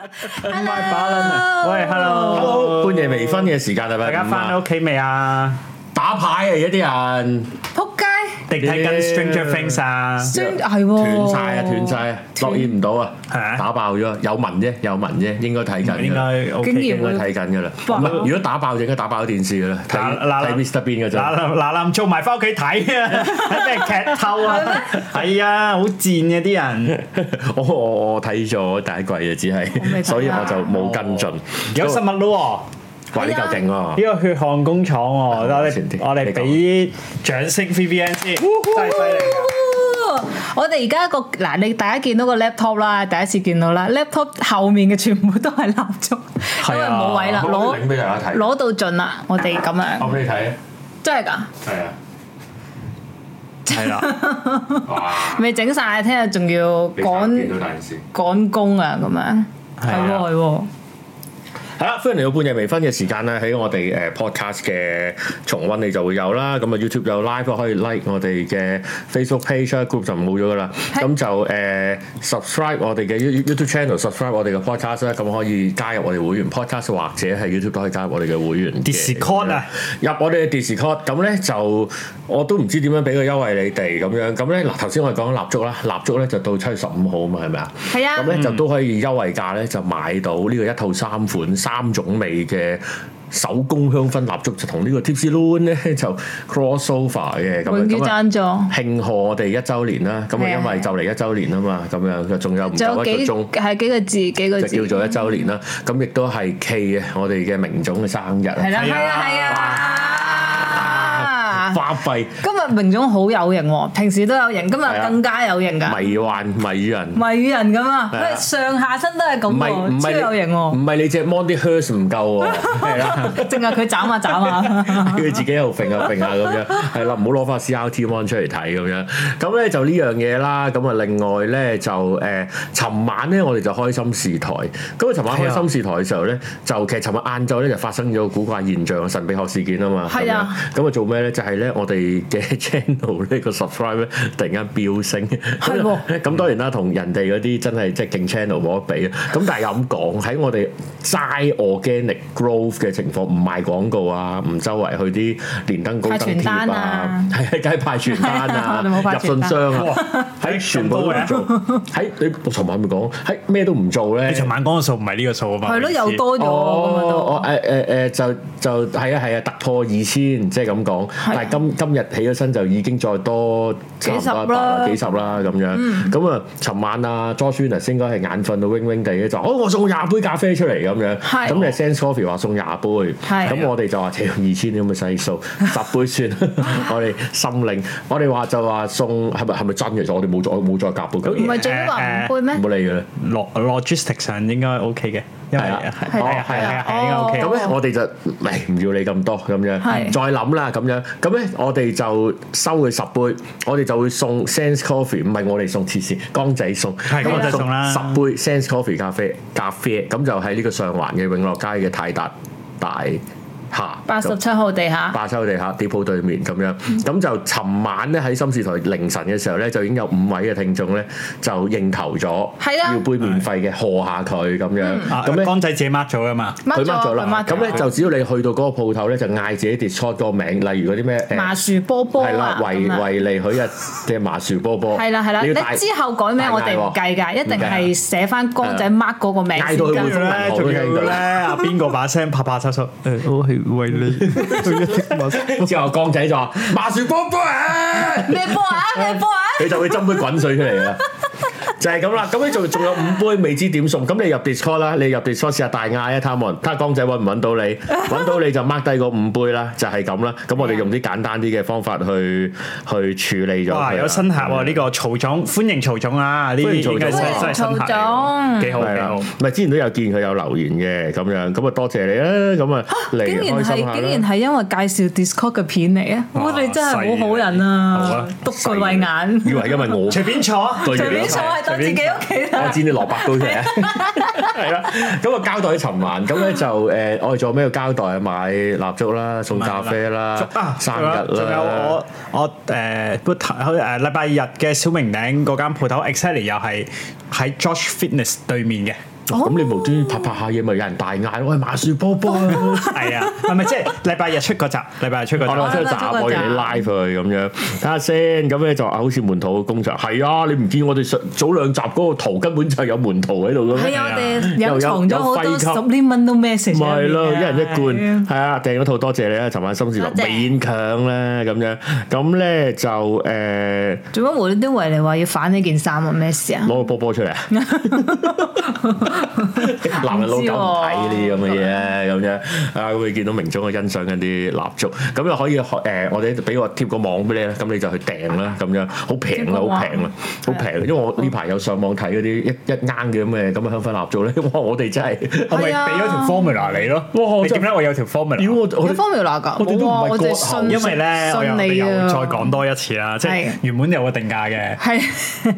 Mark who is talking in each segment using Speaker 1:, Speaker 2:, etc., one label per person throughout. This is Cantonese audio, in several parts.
Speaker 1: 唔係把撚啊！喂
Speaker 2: Hello，
Speaker 1: ，hello，
Speaker 2: 哦半夜微醺嘅時間係
Speaker 1: 大
Speaker 2: 咪？
Speaker 1: 家翻到屋企未啊？
Speaker 2: 打牌啊！而家啲人
Speaker 3: 仆街，
Speaker 1: 定睇緊 Stranger Things 啊？
Speaker 3: 真係喎，
Speaker 2: 斷晒啊，斷晒啊，落演唔到啊
Speaker 1: 係啊，
Speaker 2: 打爆咗，有文啫，有文啫，應該睇緊㗎
Speaker 1: 應
Speaker 2: 啦，
Speaker 1: 該 OK
Speaker 3: 竟
Speaker 2: 應
Speaker 3: 然
Speaker 2: 該
Speaker 1: 嘅
Speaker 3: 會
Speaker 2: 睇緊㗎啦。
Speaker 3: 哇
Speaker 2: 唔係如果打爆就應該打爆電視㗎啦，睇
Speaker 1: 嗱嗱
Speaker 2: 睇 Mr Bean 㗎
Speaker 1: 嗱
Speaker 2: 咋。
Speaker 1: 嗱嗱臨做埋翻屋企睇啊！ 睇咩劇透 啊？係啊，好賤嘅啲人。
Speaker 2: 我我我睇咗第一季啊，只
Speaker 3: 我未
Speaker 2: 係，
Speaker 3: 睇
Speaker 2: 所以我就冇跟進。
Speaker 1: 哦有實物咯
Speaker 2: 哇！呢嚿勁
Speaker 1: 喎，
Speaker 2: 喎，
Speaker 1: 呢個血汗工廠喎，我哋我哋俾啲掌聲 V V N 先，真係犀利啊！
Speaker 3: 我哋而家個嗱，你大家見到個 laptop 啦，第一次見到啦，laptop 後面嘅全部都係蠟燭，
Speaker 1: 係啊
Speaker 3: 因為冇位啦，
Speaker 2: 我拎俾
Speaker 3: 攞
Speaker 2: 大家睇
Speaker 3: 攞到盡啦，我哋咁
Speaker 2: 我
Speaker 3: 樣，
Speaker 2: 俾你睇啊，
Speaker 3: 真係㗎，
Speaker 1: 係
Speaker 2: 係啊，
Speaker 1: 啦，
Speaker 2: 哇！
Speaker 3: 未整晒，聽日仲要趕
Speaker 2: 大件事。
Speaker 3: 趕工啊，咁樣，
Speaker 1: 係啊
Speaker 3: 係喎係喎，
Speaker 2: 係啦，歡迎嚟到半夜微醺嘅時間咧，喺我哋誒 podcast 嘅重温你就會有啦。咁啊 YouTube 有 live 可以 like 我哋嘅 Facebook page 啦，group 就冇咗噶啦。
Speaker 3: 係
Speaker 2: 咁就誒、呃 subscribe 我哋嘅 You- YouTube channel，subscribe 我哋嘅 podcast 啦。咁可以加入我哋會員 podcast 或者係 YouTube 都可以加入我哋嘅會員嘅。
Speaker 1: Discord 啊
Speaker 2: 入我哋嘅 Discord，咁咧就我都唔知點樣俾個優惠你哋咁樣。咁咧嗱頭先我哋講蠟燭啦，蠟燭咧就到七月十五號啊嘛，係咪啊？
Speaker 3: 係啊
Speaker 2: 咁咧就都可以優惠價咧就買到呢個一套三款三種味嘅手工香薰蠟燭，就同呢個 Tipsy Loon 咧就 crossover 嘅咁
Speaker 3: 永
Speaker 2: 樣
Speaker 3: 久
Speaker 2: 咁啊。
Speaker 3: 贊助。
Speaker 2: 慶賀我哋一週年啦，咁啊
Speaker 3: 係啊
Speaker 2: 因為就嚟一週年啊嘛，咁樣就仲有唔
Speaker 3: 仲有
Speaker 2: 夠一
Speaker 3: 幾
Speaker 2: 個鐘。
Speaker 3: 係幾個字幾個字，
Speaker 2: 就叫做一週年啦，咁亦都係 K 嘅，我哋嘅明總嘅生日啊，
Speaker 3: 係啦
Speaker 1: 係
Speaker 3: 係
Speaker 1: 啊
Speaker 3: 啊係啊。
Speaker 2: 花費
Speaker 3: 今日明總好有型喎，平時都有型，今日
Speaker 2: 係啊
Speaker 3: 更加有型㗎。
Speaker 2: 迷幻迷人。
Speaker 3: 迷語人咁啊，
Speaker 2: 係啊
Speaker 3: 佢上下身都係
Speaker 2: 唔
Speaker 3: 咁
Speaker 2: 係唔
Speaker 3: 喎，超有
Speaker 2: 係
Speaker 3: 型
Speaker 2: 你唔
Speaker 3: 喎，
Speaker 2: 係你隻 mon 啲 hers 唔夠 喎，係啦，
Speaker 3: 淨係佢斬下斬 下，
Speaker 2: 佢自己喺度揈下揈下咁 樣，係啦，唔好攞翻 CRT mon 出嚟睇咁樣。咁咧就呢樣嘢啦，咁啊另外咧就誒，尋晚咧我哋就開心視台，咁啊尋晚
Speaker 1: 係
Speaker 2: 開
Speaker 1: 啊
Speaker 2: 心視台嘅時候咧，就其實尋日晏晝咧就發生咗個古怪現象神秘學事件啊嘛，咁
Speaker 3: 係啊
Speaker 2: 樣，咁啊做咩咧？就係咧我哋嘅 channel 呢個 subscribe 咧突然間飆升，
Speaker 3: 係喎
Speaker 2: 咁當然啦，同人哋嗰啲真係即係勁 channel 冇得比啦。咁但係又咁講，喺我哋齋 organic growth 嘅情況，唔賣廣告啊，唔周圍去啲連登高登
Speaker 3: 派傳
Speaker 2: t
Speaker 3: 單
Speaker 2: 啊
Speaker 3: 啊，
Speaker 2: 係啊，梗係派傳單啊，
Speaker 3: 我哋冇派
Speaker 2: 入信箱啊
Speaker 1: 哇，
Speaker 2: 喺全部都唔
Speaker 1: 咁
Speaker 2: 做， 喺你我尋晚咪講，喺咩都唔做咧
Speaker 1: 你。尋晚講嘅數唔係呢個數啊嘛？
Speaker 3: 係咯，又多咗咁啊
Speaker 2: 哦，
Speaker 3: 都。
Speaker 2: 我誒誒誒就就係啊係啊，突破二千，即係咁講。但係今今日起咗身就已經再多
Speaker 3: 幾十
Speaker 2: 差唔多一百
Speaker 3: 啦嗯
Speaker 2: 幾十啦咁樣。咁啊，尋晚啊 j o s u n a 應該係眼瞓到 wing wing 地咧，就哦我送廿杯咖啡出嚟咁樣。
Speaker 3: 嗯係
Speaker 2: 咁你 Sense Coffee 話送廿杯，
Speaker 3: 係
Speaker 2: 咁我哋就話屌二千咁嘅細 數，十杯算。我哋心領，我哋話就話送係咪係咪真嘅？其實我哋冇再冇再夾杯咁
Speaker 3: 唔
Speaker 2: 樣，
Speaker 3: 係最好話唔杯咩
Speaker 2: 唔？好理佢啦。
Speaker 1: log logistics 上應該 OK 嘅，因為
Speaker 2: 係啊
Speaker 1: 係啊
Speaker 2: 係啊
Speaker 1: 係啊
Speaker 3: 係啊
Speaker 1: 係啊
Speaker 3: 哦
Speaker 1: OK 嘅。
Speaker 2: 咁咧，我哋就誒唔要你咁多咁樣，
Speaker 3: 係
Speaker 2: 再諗啦咁樣。咁咧，我哋就收佢十杯，我哋就會送 Sense Coffee，唔係我哋送黐線，江仔送，
Speaker 1: 係
Speaker 2: 咁我
Speaker 1: 江仔
Speaker 2: 就
Speaker 1: 送啦
Speaker 2: 十杯 Sense Coffee 咖啡，咖啡咁就喺呢個上環嘅永樂街嘅泰達大廈
Speaker 3: 八十七號地下，
Speaker 2: 霸收地下地鋪對面咁樣，
Speaker 3: 嗯
Speaker 2: 咁就尋晚咧喺深視台凌晨嘅時候咧，就已經有五位嘅聽眾咧就認投咗，
Speaker 3: 係啊
Speaker 2: 要杯免費嘅賀下佢咁樣，
Speaker 1: 啊
Speaker 2: 咁咧。
Speaker 1: 江仔自己 mark 咗噶嘛？
Speaker 2: 佢 mark 咗啦，咁
Speaker 3: 佢
Speaker 2: 咧
Speaker 1: 啊
Speaker 3: mark 咗
Speaker 2: 就只要你去到嗰個鋪頭咧，就嗌自己 Discord 個名，例如嗰啲咩
Speaker 3: 麻
Speaker 2: 誒，
Speaker 3: 薯波波
Speaker 2: 係啦
Speaker 3: 啊，，
Speaker 2: 維
Speaker 3: 咁啊
Speaker 2: 維利佢啊嘅麻薯波波，
Speaker 3: 係啦係啦，
Speaker 2: 你
Speaker 3: 你
Speaker 2: 要大
Speaker 3: 之後改名
Speaker 2: 大
Speaker 3: 我哋唔
Speaker 2: 嗌喎
Speaker 3: 計㗎，一定
Speaker 2: 唔計
Speaker 3: 係寫翻江仔 mark 嗰個名
Speaker 2: 嗌
Speaker 3: 先
Speaker 2: 到佢
Speaker 1: 跟
Speaker 2: 會
Speaker 1: 住
Speaker 2: 覆
Speaker 3: 㗎。
Speaker 1: 咧，仲要 咧，阿啊邊個把聲啪啪嚓嚓，誒，我係為你，
Speaker 2: 之後江仔就話麻薯波波啊！
Speaker 3: 咩波啊？咩波啊？
Speaker 2: 佢就會斟杯滾水出嚟啦。就係咁啦，咁你仲仲有五杯未知點送，咁你入 Discord 啦，你入 Discord 試下大嗌啊，探望，睇下江仔揾唔 揾到你，揾到你就 mark 低個五杯啦，就係咁啦。咁我哋用啲簡單啲嘅方法去去處理咗佢啦。
Speaker 1: 哇！有新客喎，呢個曹總，歡迎曹總啊！呢
Speaker 2: 歡
Speaker 1: 啲
Speaker 2: 迎曹總
Speaker 1: 應該真係新客嚟
Speaker 3: 歡
Speaker 1: 嘅，幾好
Speaker 2: 係啊
Speaker 1: 幾
Speaker 2: 啦，
Speaker 1: 好。
Speaker 2: 唔係之前都有見佢有留言嘅咁樣，咁啊多謝你啦，咁啊嚟
Speaker 3: 竟然
Speaker 2: 開
Speaker 3: 係
Speaker 2: 心下
Speaker 3: 竟然
Speaker 2: 啦。
Speaker 3: 係因為介紹 Discord 嘅片嚟啊！
Speaker 1: 哇
Speaker 3: 我哋真係好好人
Speaker 1: 犀利好啊
Speaker 3: 啊，篤佢慧眼。
Speaker 2: 以為因為 我
Speaker 1: 隨便坐，啊
Speaker 2: 對住
Speaker 3: 隨
Speaker 2: 你
Speaker 3: 便坐係當自己屋企
Speaker 2: 我
Speaker 3: 啦。
Speaker 2: 煎啲蘿蔔糕出嚟啊！係啦，咁啊交代喺尋晚，咁咧就誒，我哋做咩要交代啊？買蠟燭啦，送咖啡啦
Speaker 1: 啊，，
Speaker 2: 生日
Speaker 1: 仲有
Speaker 2: 啦，
Speaker 1: 我我誒不頭誒禮拜日嘅小明頂嗰間鋪頭 exactly 又係喺 Josh Fitness 對面嘅，
Speaker 2: 咁你無端端拍拍下嘢，咪有人大嗌喂馬樹波波啊！
Speaker 1: 係啊，唔係唔係即係禮拜日出嗰集，禮拜日出
Speaker 2: 我
Speaker 1: 嗰
Speaker 2: 哋
Speaker 1: 集。
Speaker 2: 即係集我哋 live 佢咁樣，睇下先。咁咧就啊，好似門徒工場係啊！你唔見我哋上早兩集嗰個圖根本就有門徒喺度嘅
Speaker 3: 係
Speaker 2: 咩？
Speaker 3: 啊，我
Speaker 1: 係
Speaker 3: 哋
Speaker 2: 又
Speaker 3: 隱
Speaker 2: 有
Speaker 3: 藏咗好
Speaker 2: 有
Speaker 3: 多
Speaker 2: 肺吸
Speaker 3: 十呢蚊都 message
Speaker 2: 咪係咯，
Speaker 3: 入
Speaker 2: 一
Speaker 3: 面
Speaker 2: 人
Speaker 3: 嘅
Speaker 2: 一罐，係啊，訂咗套多謝你啊！尋晚心事落
Speaker 3: 多謝
Speaker 2: 勉強啦咁樣，咁咧就誒
Speaker 3: 做乜無端端為你話要反呢件衫啊？咩 事啊？
Speaker 2: 攞個波波出嚟啊，男人老狗唔睇呢啲咁嘅嘢啊咁樣啊，咁你見到明中嘅欣賞緊啲蠟燭，咁又可以學誒，我哋俾我貼個網俾你啦，咁你就去訂啦，咁樣好平
Speaker 3: 貼個
Speaker 2: 啦，啊好
Speaker 3: 網
Speaker 2: 平啦，好平，啊因為我呢排有上網睇嗰啲一一啱嘅咁嘅咁嘅香薰蠟燭咧， 哇！我哋真係，
Speaker 1: 我咪俾
Speaker 3: 係啊
Speaker 1: 咗條 formula 你咯，
Speaker 2: 哇我
Speaker 1: 你
Speaker 2: 真
Speaker 1: 點
Speaker 2: 係
Speaker 1: 解我有條
Speaker 2: 屌
Speaker 1: formula？啊
Speaker 2: 我我
Speaker 3: 有
Speaker 2: 哋
Speaker 3: formula 㗎，
Speaker 2: 我哋都
Speaker 3: 冇啊！
Speaker 2: 唔係
Speaker 3: 我
Speaker 2: 割
Speaker 3: 哋
Speaker 2: 喉
Speaker 3: 信
Speaker 1: 因為咧，我又
Speaker 3: 信
Speaker 1: 我
Speaker 3: 你
Speaker 1: 又
Speaker 3: 啊！
Speaker 1: 再講多一次啦，即係
Speaker 3: 係
Speaker 1: 原本有個定價嘅，
Speaker 3: 係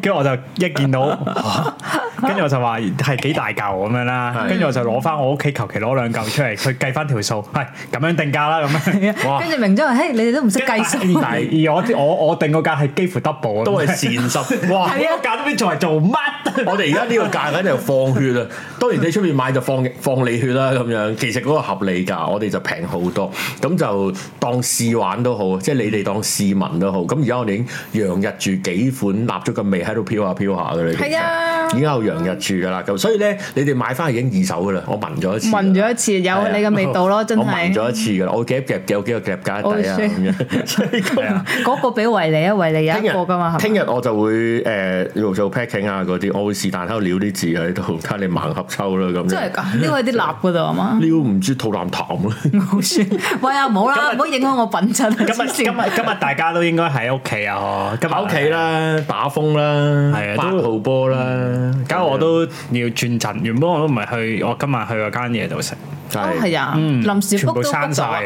Speaker 1: 跟住我就一見到，哇跟住我就話係幾大嚿咁樣啦，
Speaker 2: 係
Speaker 1: 跟住我就攞翻我屋企求其攞兩嚿出嚟，佢計翻條數，係咁樣定價啦咁樣。
Speaker 2: 哇
Speaker 3: 跟住明咗話，嘿，你哋都唔識計數，
Speaker 1: 但係而我我我定個價係幾乎 double 啊
Speaker 2: 都係善心，哇！
Speaker 3: 係啊
Speaker 1: 個價都唔知做嚟做乜。
Speaker 2: 我哋而家呢個價喺度放血啊！當然你出面買就放放你血啦咁樣，其實嗰個合理價，我哋就平好多，咁就當試玩都好，即係你哋當試聞都好。咁而家我哋已經洋溢住幾款蠟燭嘅味喺度飄下飄下嘅啦，其實
Speaker 3: 係啊
Speaker 2: 已經有洋溢住㗎啦。咁所以咧，你哋買翻已經二手㗎啦，我聞咗一次㗎啦。
Speaker 3: 聞咗一次有
Speaker 2: 係啊
Speaker 3: 你嘅味道 咯，哦真
Speaker 2: 我聞
Speaker 3: 係
Speaker 2: 咗一次㗎啦，我夾夾有幾個夾夾底啊
Speaker 3: Oh, shit
Speaker 2: 咁樣， 所以
Speaker 1: 係啊，
Speaker 3: 嗰個俾維尼啊，維尼有一個㗎嘛，係
Speaker 2: 聽
Speaker 3: 咪
Speaker 2: 日我就會誒、呃要做 packing 啊嗰啲，我會是但喺度撩啲字喺度， 睇下你盲合抽啦咁
Speaker 3: 真係
Speaker 2: 樣。
Speaker 3: 㗎，呢個喺啲蠟嗰度啊嘛。
Speaker 2: 撩唔知肚腩痰啊啦，
Speaker 3: 好算，喂啊，唔好啦，唔好影響我品質啊！
Speaker 1: 今日今日今日大家都應該喺屋企啊，嗬今日
Speaker 2: 喺屋企。啦，打風啦，
Speaker 1: 係啊嗯
Speaker 2: 打號波啦，
Speaker 1: 而家我都要轉陣，原本我都唔係去，我今日去嗰間嘢度食，
Speaker 3: 哦係
Speaker 2: 係
Speaker 3: 啊，
Speaker 1: 嗯
Speaker 3: 臨時
Speaker 1: 全
Speaker 3: book
Speaker 1: 部
Speaker 3: 都 book
Speaker 1: 刪晒
Speaker 3: 咗啊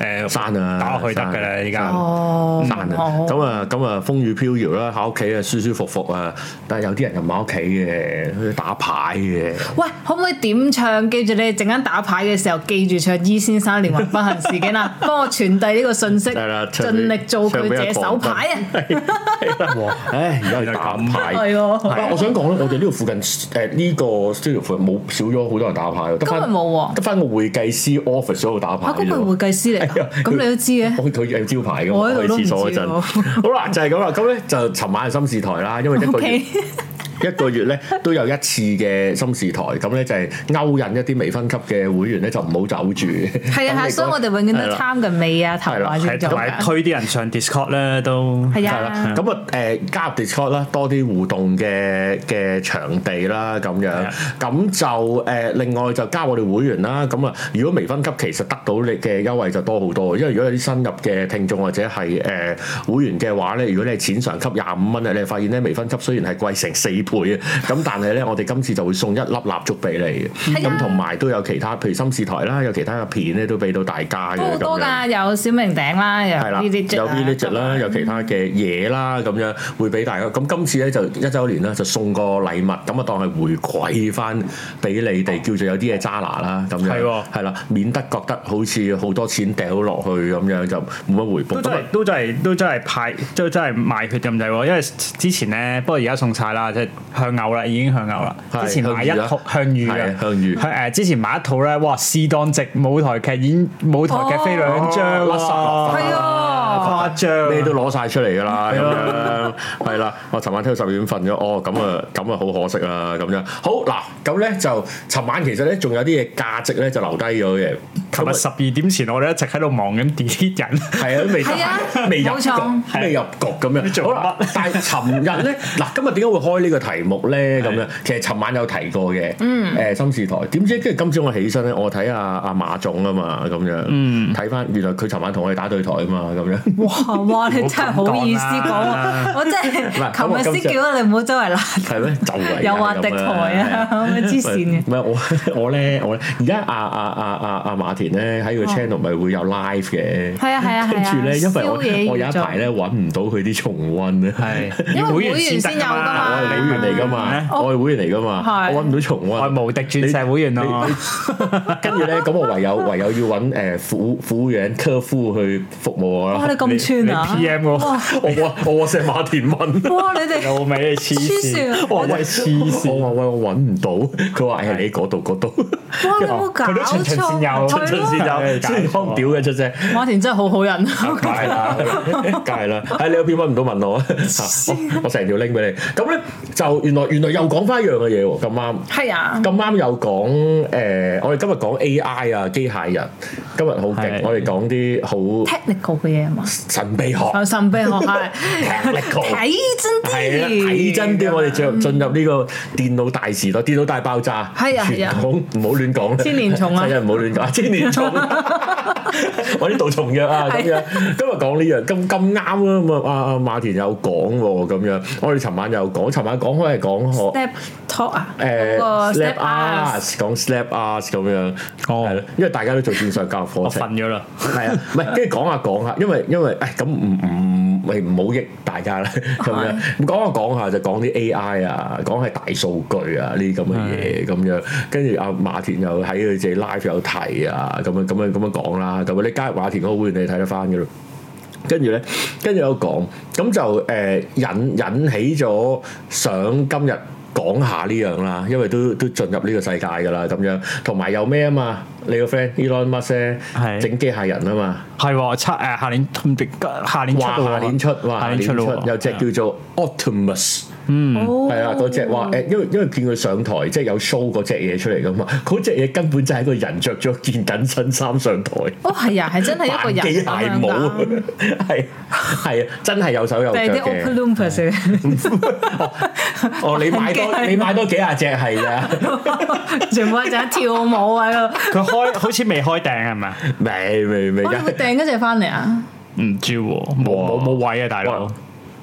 Speaker 1: 嘅，誒
Speaker 2: 刪啊
Speaker 1: 打落去得㗎啦，
Speaker 2: 刪
Speaker 1: 而家
Speaker 3: 哦，
Speaker 2: 散啊，
Speaker 3: 哦
Speaker 2: 咁啊咁啊風雨飄搖啦，喺屋企啊舒舒服服啊，但係有啲人又唔喺屋企嘅，去打牌嘅，
Speaker 3: 喂，可唔可以點唱？記住你哋陣間打牌嘅時候，記住唱伊先生連環不幸事件啦，幫我傳遞呢個信息，
Speaker 2: 係啦唱
Speaker 3: 盡
Speaker 2: 俾
Speaker 3: 力做佢
Speaker 2: 唱俾
Speaker 3: 這
Speaker 2: 阿
Speaker 3: 手
Speaker 2: 狂
Speaker 3: 牌啊！
Speaker 1: 哇！
Speaker 2: 唉，而家係打牌。
Speaker 3: 係喎，
Speaker 2: 啊我想講咧，我哋呢度附近誒呢個 studio 附近冇少咗好多人打牌喎，得翻
Speaker 3: 今日冇喎
Speaker 2: 得翻個會計師 office 喺度打牌
Speaker 3: 啊，
Speaker 2: 啫
Speaker 3: 嗰個係
Speaker 2: 喎。
Speaker 3: 會計師嚟
Speaker 2: 係啊
Speaker 3: 㗎，咁你都知嘅。
Speaker 2: 佢佢有招牌嘅，
Speaker 3: 我喺度
Speaker 2: 去
Speaker 3: 都唔
Speaker 2: 廁所嗰
Speaker 3: 知
Speaker 2: 陣。
Speaker 3: 喎
Speaker 2: 好啦，就係咁啦。咁咧就尋晚係心事台啦，因為一
Speaker 3: O
Speaker 2: 個月
Speaker 3: K，
Speaker 2: 一個月咧都有一次嘅心事台，咁咧就係勾引一啲未分級嘅會員咧就唔好走住。
Speaker 3: 係
Speaker 2: 咁
Speaker 3: 啊，
Speaker 2: 你
Speaker 3: 所以我哋永遠
Speaker 2: 係
Speaker 3: 都
Speaker 2: 啦
Speaker 3: 貪嘅尾啊、頭
Speaker 2: 係啦
Speaker 3: 啊，先
Speaker 1: 係
Speaker 3: 做
Speaker 1: 同埋
Speaker 3: 㗎。
Speaker 1: 推啲人上 Discord 咧都
Speaker 3: 係
Speaker 2: 係啦
Speaker 3: 啊，，
Speaker 2: 咁啊誒加入 Discord 啦，多啲互動嘅嘅場地啦，咁
Speaker 1: 係
Speaker 2: 樣
Speaker 1: 啊，
Speaker 2: 咁就誒、另外就加我哋會員啦，咁啊如果微分級其實得到你嘅優惠就多好多，因為如果有啲新入嘅聽眾或者係誒、會員嘅話咧，如果你係淺上級廿五蚊咧，你係發現咧微分級雖然係貴成四倍啊，咁但係咧我哋今次就會送一粒蠟燭俾你嘅，
Speaker 3: 係啊
Speaker 2: 咁同埋都有其他譬如心事台啦，有其他嘅片咧都俾到大家嘅
Speaker 3: 都好
Speaker 2: 咁
Speaker 3: 多
Speaker 2: 樣。
Speaker 3: 㗎，有小明頂啦，有
Speaker 2: 係啦，有 E
Speaker 3: Village 啊
Speaker 1: E
Speaker 2: Village 啦，有其他嘅嘢啦，咁樣會俾大家。咁今次咧就一週年啦，就送個禮物，咁啊當係回饋翻俾你哋，叫做有啲嘢揸拿啦，咁樣
Speaker 1: 係喎
Speaker 2: 係啦，免得覺得好似好多錢掉落去咁樣就冇乜回
Speaker 1: 都
Speaker 2: 報。
Speaker 1: 真
Speaker 2: 咁啊
Speaker 1: 係都真係都真係派都真係賣血咁滯喎，因為之前咧，不過而家送晒啦，即係向牛啦，已經向牛啦。
Speaker 2: 係
Speaker 1: 之前買一
Speaker 2: 向魚啦
Speaker 1: 套向魚
Speaker 2: 係啊
Speaker 1: 嘅
Speaker 2: 向魚
Speaker 1: 向誒之前買一套咧，哇！試當值舞台劇演舞台劇飛兩張
Speaker 2: 哦甩十落
Speaker 1: 喎，
Speaker 3: 係啊，
Speaker 1: 誇張，
Speaker 2: 咩都攞晒出嚟㗎啦，咁
Speaker 1: 係啊
Speaker 2: 樣係啦。我尋晚聽到十二點瞓咗，哦，咁啊，咁啊，好可惜啦，咁樣。好嗱，咁咧就尋晚其實咧仲有啲嘢價值咧就留低咗嘅。啊
Speaker 1: 琴日十二點前，我哋一直喺度忙緊 delete 人，
Speaker 2: 係啊，都未得
Speaker 3: 係啊
Speaker 2: 閒，未入
Speaker 3: 冇錯
Speaker 2: 局，未入局咁
Speaker 1: 你
Speaker 2: 樣。
Speaker 1: 做
Speaker 2: 好啦
Speaker 1: 乜，
Speaker 2: 但係尋日咧，嗱，今日點解會開呢個題目咧？咁樣
Speaker 1: 係
Speaker 2: 其實尋晚有提過嘅，
Speaker 3: 嗯
Speaker 2: 誒心事台。點知跟住今朝我起身咧，我睇阿阿馬總啊嘛，咁
Speaker 1: 嗯
Speaker 2: 樣，睇翻原來佢尋晚同我哋打對台啊嘛， 咁樣。
Speaker 3: 哇哇！你真係好意思講
Speaker 1: 唔好咁講啦
Speaker 3: 喎，我真
Speaker 2: 嗱咁我
Speaker 3: 係琴日
Speaker 2: 今
Speaker 3: 先叫你唔好周圍鬧，
Speaker 2: 係咩？就係
Speaker 3: 又話敵
Speaker 2: 咁
Speaker 3: 台啊，咁樣黐線嘅。
Speaker 2: 唔係我 我咧，我呢而家阿阿阿阿阿馬田咧喺個 channel 咪會有 live 嘅。
Speaker 3: 係哦啊係啊
Speaker 2: 跟
Speaker 3: 係啊！
Speaker 2: 住咧，因為我
Speaker 3: 宵夜
Speaker 2: 我有
Speaker 3: 要
Speaker 2: 一
Speaker 3: 做
Speaker 2: 排咧揾唔到佢啲重啊溫咧，
Speaker 1: 係
Speaker 3: 因為
Speaker 1: 會員
Speaker 3: 會員先有
Speaker 1: 得㗎
Speaker 3: 㗎嘛
Speaker 2: 我係會員嚟噶嘛，我係會員嚟噶嘛，
Speaker 3: 哦係
Speaker 2: 我揾唔到重
Speaker 1: 我
Speaker 2: 溫。
Speaker 1: 係無敵鑽石會員咯。
Speaker 2: 呃跟住咧，咁我唯有唯有要揾誒服服務員、客服去服務我啦。
Speaker 3: 哇！你咁串啊
Speaker 1: 你 PM 我，
Speaker 2: 我話我 WhatsApp 馬田文。
Speaker 3: 哇！你哋
Speaker 1: 老味你黐
Speaker 3: 黐
Speaker 1: 線，
Speaker 3: 線，
Speaker 2: 我
Speaker 3: 哇！
Speaker 2: 話喂
Speaker 1: 黐線
Speaker 2: 我話喂我揾唔到，佢話誒你嗰度 嗰度，
Speaker 3: 你有冇搞
Speaker 1: 佢都循循善
Speaker 3: 錯？
Speaker 1: 誘
Speaker 3: 係
Speaker 2: 秦
Speaker 1: 循善
Speaker 2: 先
Speaker 3: 咯
Speaker 1: 誘
Speaker 2: 有，孫悟空屌嘅出聲。
Speaker 3: 馬田真係好好人，啊
Speaker 2: 梗係啦， 梗係啦，哎喺你嗰篇揾唔到問我啊， 我我成條拎俾你。咁咧就原來原來又講翻一樣嘅嘢喎，咁啱。
Speaker 3: 係啊，
Speaker 2: 咁啱又講誒、呃我哋今日講 AI 啊，機械人，今日好勁
Speaker 1: 係，
Speaker 2: 我哋講啲好
Speaker 3: technical 嘅嘢啊嘛，
Speaker 2: 神秘學
Speaker 3: 有神秘學係
Speaker 2: technical。
Speaker 3: 睇真啲，嗯
Speaker 2: 係啦，啊睇真啲，我哋進入進入呢個電腦大時代，電腦大爆炸，
Speaker 3: 係啊係啊
Speaker 2: 傳統唔好亂講啦，
Speaker 3: 千年蟲 啊
Speaker 2: 係唔好亂講，千年蟲，啊我啲杜蟲藥啊咁
Speaker 3: 係
Speaker 2: 樣，今日講呢樣咁咁啱啊，咁啊啊啊馬田有講喎咁樣，我哋尋晚有講，尋晚講開係講學。
Speaker 3: step talk 啊，
Speaker 2: 誒
Speaker 3: 嗰個
Speaker 2: slap
Speaker 3: step
Speaker 2: ass
Speaker 3: ass，
Speaker 2: 講 slap ass 咁樣，
Speaker 1: 哦
Speaker 2: 係咯，因為大家都做線上教育課
Speaker 1: 我
Speaker 2: 程，
Speaker 1: 瞓咗啦。
Speaker 2: 係啊，唔係跟住講下講下，因為因為哎誒咁唔唔喂唔好益大 家啦咁樣，咁講下講下就講啲 AI 啊，講係大數據啊呢啲咁嘅
Speaker 1: 嗯
Speaker 2: 嘢咁樣，跟住阿馬田又喺佢自己 live 有提啊，咁樣咁樣咁樣講啦，咁樣啊你加入馬田嗰個會員你睇得翻嘅咯。跟住咧，跟住有講，咁就誒、呃引引起咗想今日講下呢樣啦，因為都都進入呢個世界㗎啦，咁樣，同埋有咩啊嘛？你個 friend Elon Musk 呢
Speaker 1: 係
Speaker 2: 整機械人啊嘛，
Speaker 1: 係喎，七誒下年唔定下年出
Speaker 2: 話
Speaker 1: 喎
Speaker 2: 下年出，
Speaker 1: 下
Speaker 2: 話啊
Speaker 1: 年出咯喎，
Speaker 2: 有隻叫做 Optimus。
Speaker 3: 哦
Speaker 2: 係啊，嗰只話誒，因為因為見佢上台，即係有 show 嗰只嘢出嚟噶嘛， 嗰只嘢根本就係一個人着咗件緊身衫上台，
Speaker 3: 哦係啊，係真係一個
Speaker 2: 扮
Speaker 3: 人
Speaker 2: 機
Speaker 3: 咁
Speaker 2: 械
Speaker 3: 樣
Speaker 2: 舞，
Speaker 3: 㗎
Speaker 2: 係係啊，真係有手有
Speaker 3: 就
Speaker 2: 腳
Speaker 3: 係啲啊
Speaker 2: 嘅
Speaker 3: open。loopers
Speaker 2: 哦，你買 多你買多幾廿隻係啊，
Speaker 3: 嚟， 全部就係跳舞啊喺度。
Speaker 1: 佢開好似未開訂係咪啊？
Speaker 2: 未未未，
Speaker 3: 我哦哋會訂嗰只翻嚟啊！
Speaker 1: 唔知喎，冇冇冇位啊，大佬，
Speaker 2: 哇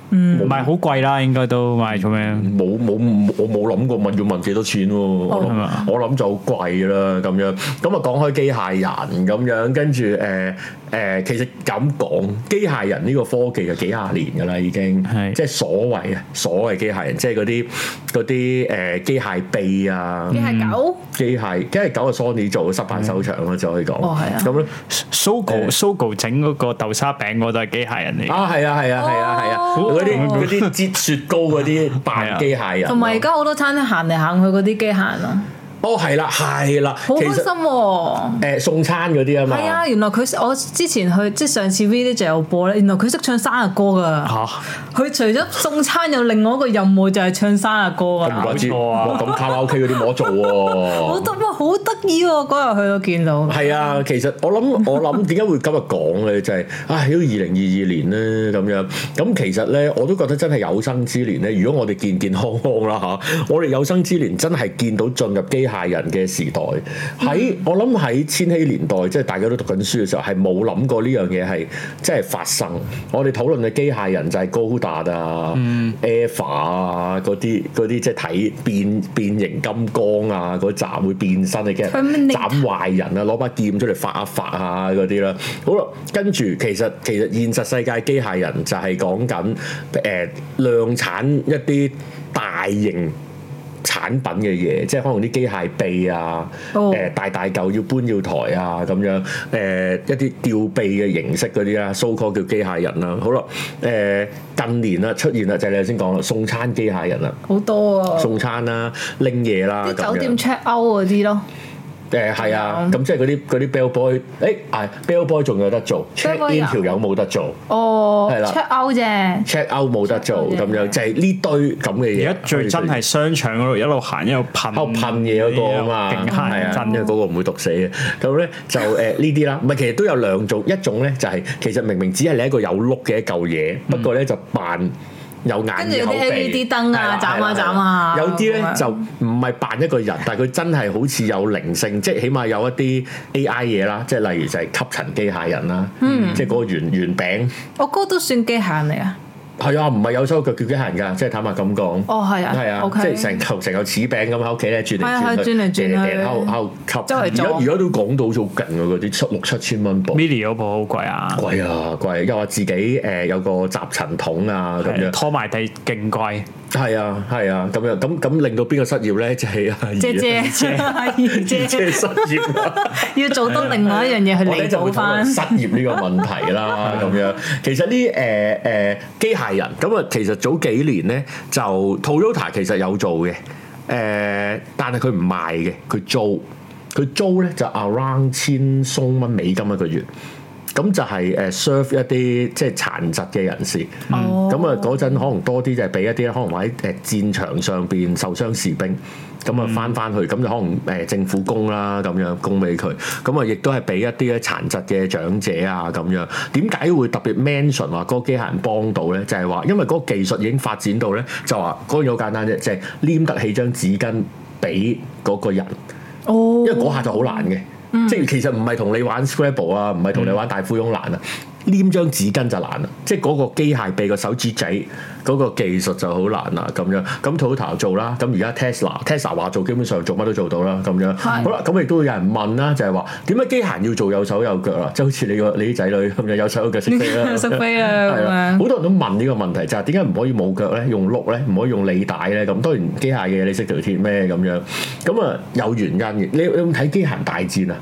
Speaker 1: 唔係好貴啦，應該都買做咩？
Speaker 2: 冇冇我冇諗過問要問幾多錢喎，我
Speaker 3: 哦
Speaker 1: 係嘛
Speaker 2: 諗我諗就好貴啦咁樣。咁啊講開機械人咁樣，跟住誒誒，其實咁講，機械人呢個科技就幾廿年㗎啦已經，
Speaker 1: 係
Speaker 2: 即係所謂啊所謂機械人，即係嗰啲嗰啲誒機械臂啊
Speaker 3: 你。係狗，
Speaker 2: 機械，因為九個 Sony 做失敗收場啦，就可以講。
Speaker 3: 哦係啊
Speaker 2: 咁咧，
Speaker 1: Sogo Sogo 整嗰個豆沙餅嗰都係機械人嚟嘅，
Speaker 2: 啊，係啊，係啊，係啊，係啊，
Speaker 3: 哦
Speaker 2: 嗰啲嗰啲摺雪糕 嗰
Speaker 1: 啊
Speaker 2: 啲扮機械人，啊
Speaker 3: 同埋而家好多餐廳行嚟行去嗰啲機械人啊，
Speaker 2: 哦，係啦，係啦，
Speaker 3: 好
Speaker 2: 其
Speaker 3: 開心
Speaker 2: 實
Speaker 3: 喎！
Speaker 2: 誒送餐嗰啲啊
Speaker 3: 係
Speaker 2: 嘛，
Speaker 3: 啊，原來佢我之前去即係上次 V 呢就有播咧，原來佢識唱生日歌噶。
Speaker 1: 嚇
Speaker 3: 佢除咗送餐，有另外一個任務就係唱生日歌
Speaker 2: 咁唔
Speaker 3: 啊！
Speaker 2: 怪之，
Speaker 1: 搞錯啊
Speaker 2: 哇咁卡拉 OK 嗰啲冇得做
Speaker 3: 好
Speaker 2: 喎。
Speaker 3: 得哇，好得意喎！嗰日去我見到，
Speaker 2: 係啊，其實我諗我諗點解會今日講嘅就係、唉，都二零二二年咧咁樣，咁其實咧我都覺得真係有生之年咧，如果我哋健健康康啦嚇，我哋有生之年真係見到進入機械人嘅時代。喺我諗喺千禧年代，即係大家都讀緊書嘅時候，係冇諗過呢樣嘢係即係發生。我哋討論嘅機械人就係高達啊、EVA 啊嗰啲嗰啲即係睇變變形金剛啊嗰集會變身嘅機械人
Speaker 3: Terminator
Speaker 2: 斬壞人啊，攞把劍出嚟發一發下嗰啲啦。好啦，跟住其實其實現實世界機械人就係講緊誒量產一啲大型。產品嘅嘢，即係可能啲機械臂啊，誒、
Speaker 3: 哦
Speaker 2: 大大嚿要搬要抬啊咁樣，誒、一啲吊臂嘅形式嗰啲啦，so call 叫機械人啦。好啦，誒、近年啦出現啦，就係、你頭先講啦，送餐機械人啦，
Speaker 3: 好多啊！
Speaker 2: 送餐啦，拎嘢啦，
Speaker 3: 啲
Speaker 2: 啊咁
Speaker 3: 酒
Speaker 2: 樣
Speaker 3: 店 check out 嗰啲咯
Speaker 2: 誒係
Speaker 3: 嗯
Speaker 2: 啊，咁即係嗰啲嗰啲 bell boy，誒啊 bell boy 仲有得做
Speaker 3: Bell
Speaker 2: ，check
Speaker 3: boy
Speaker 2: in
Speaker 3: 啊
Speaker 2: 條友冇得做
Speaker 3: 哦
Speaker 2: 係啦
Speaker 3: ，check out 啫，
Speaker 2: ，check out 冇得做
Speaker 3: Check out 啊
Speaker 2: 咁樣，
Speaker 3: 嘅
Speaker 2: 就係呢堆咁嘅嘢。
Speaker 1: 而家最真係商場嗰度一路行一路噴，
Speaker 2: 啊喺度噴嘢嗰個啊嘛，
Speaker 1: 勁
Speaker 2: 係
Speaker 1: 閪
Speaker 2: 啊，因為
Speaker 1: 真
Speaker 2: 嗰個唔會毒死嘅。咁咧就誒呢啲啦，唔係其實都有兩種，一種咧就係其實明明只係你一個有碌嘅一嚿嘢，不過咧就扮有眼
Speaker 3: 跟住
Speaker 2: 耳
Speaker 3: 有啲
Speaker 2: 口鼻
Speaker 3: LED 燈啊
Speaker 2: 係啦
Speaker 3: 斬啊
Speaker 2: 係啦
Speaker 3: 斬啊
Speaker 2: 有啲咧
Speaker 3: 咁樣
Speaker 2: 就唔係扮一個人，但係佢真係好似有靈性，即係起碼有一啲 AI 嘢啦，即係例如就係吸塵機械人啦，
Speaker 3: 嗯
Speaker 2: 即係嗰個圓圓餅。
Speaker 3: 我哥都算機械人嚟啊！
Speaker 2: 係啊，唔係有手有腳叫機械人㗎，即係坦白咁講。
Speaker 3: 哦，係啊，
Speaker 2: 係啊，
Speaker 3: OK
Speaker 2: 即係成嚿成嚿柿餅咁喺屋企咧轉嚟
Speaker 3: 係啊
Speaker 2: 轉去，
Speaker 3: 係轉嚟轉去
Speaker 2: 掟掟喺度喺度吸。
Speaker 3: 周圍
Speaker 2: 而家
Speaker 3: 撞
Speaker 2: 而家都講到好似好勁啊！嗰啲七六七千蚊部，
Speaker 1: mini 嗰部好貴啊，
Speaker 2: 貴啊貴啊！又話自己誒有個集塵筒啊咁
Speaker 1: 係
Speaker 2: 樣，
Speaker 1: 拖埋地勁貴，
Speaker 2: 係啊係啊，咁樣咁咁令到邊個失業咧？就係阿啊
Speaker 3: 姐姐阿姨 姐
Speaker 2: 即係失業啊啦。
Speaker 3: 要做多另外一樣嘢去
Speaker 2: 我哋
Speaker 3: 彌
Speaker 2: 就會
Speaker 3: 補
Speaker 2: 討
Speaker 3: 翻。
Speaker 2: 論失業呢個問題啦，咁樣其實呢誒誒機械人咁啊，其實早幾年咧就 Toyota 其實有做嘅，誒、但係佢唔賣嘅，佢租，佢租咧就 around 千鬆蚊美金一個月，咁就係誒 serve 一啲即係殘疾嘅人士。
Speaker 3: 哦
Speaker 2: 咁啊嗰陣可能多啲就係俾一啲可能喺誒戰場上邊受傷士兵，咁啊翻翻去，咁就可能誒政府供啦咁樣供俾佢，咁啊亦都係俾一啲咧殘疾嘅長者啊咁樣。點解會特別 mention 話嗰個機械人幫到咧？就係話因為嗰個技術已經發展到咧，就話嗰樣嘢好簡單啫，就係黏得起張紙巾俾嗰個人。
Speaker 3: 哦
Speaker 2: 因為嗰下就好難嘅，
Speaker 3: 嗯
Speaker 2: 即係其實唔係同你玩 Scrabble 啊，唔係同你玩大富翁難啊，黏張紙巾就難啦，即係嗰個機械臂個手指仔嗰個技術就好難啦咁樣。咁 Toyota 做啦，咁而家 Tesla，Tesla 話做基本上做乜都做到啦咁樣。
Speaker 3: 係
Speaker 2: 好啦，咁亦都有人問啦，就係話點解機械人要做有手有腳啊？即係好似你個你啲仔女咁樣有手有腳識飛 啦，
Speaker 3: 識飛啊
Speaker 2: 係
Speaker 3: 咁樣
Speaker 2: 好多人都問呢個問題，就係點解唔可以冇腳咧？用碌咧，唔可以用履帶咧？咁當然機械嘅嘢你識條鐵咩咁樣？咁啊有原因嘅。你你有冇睇《機械人大戰》啊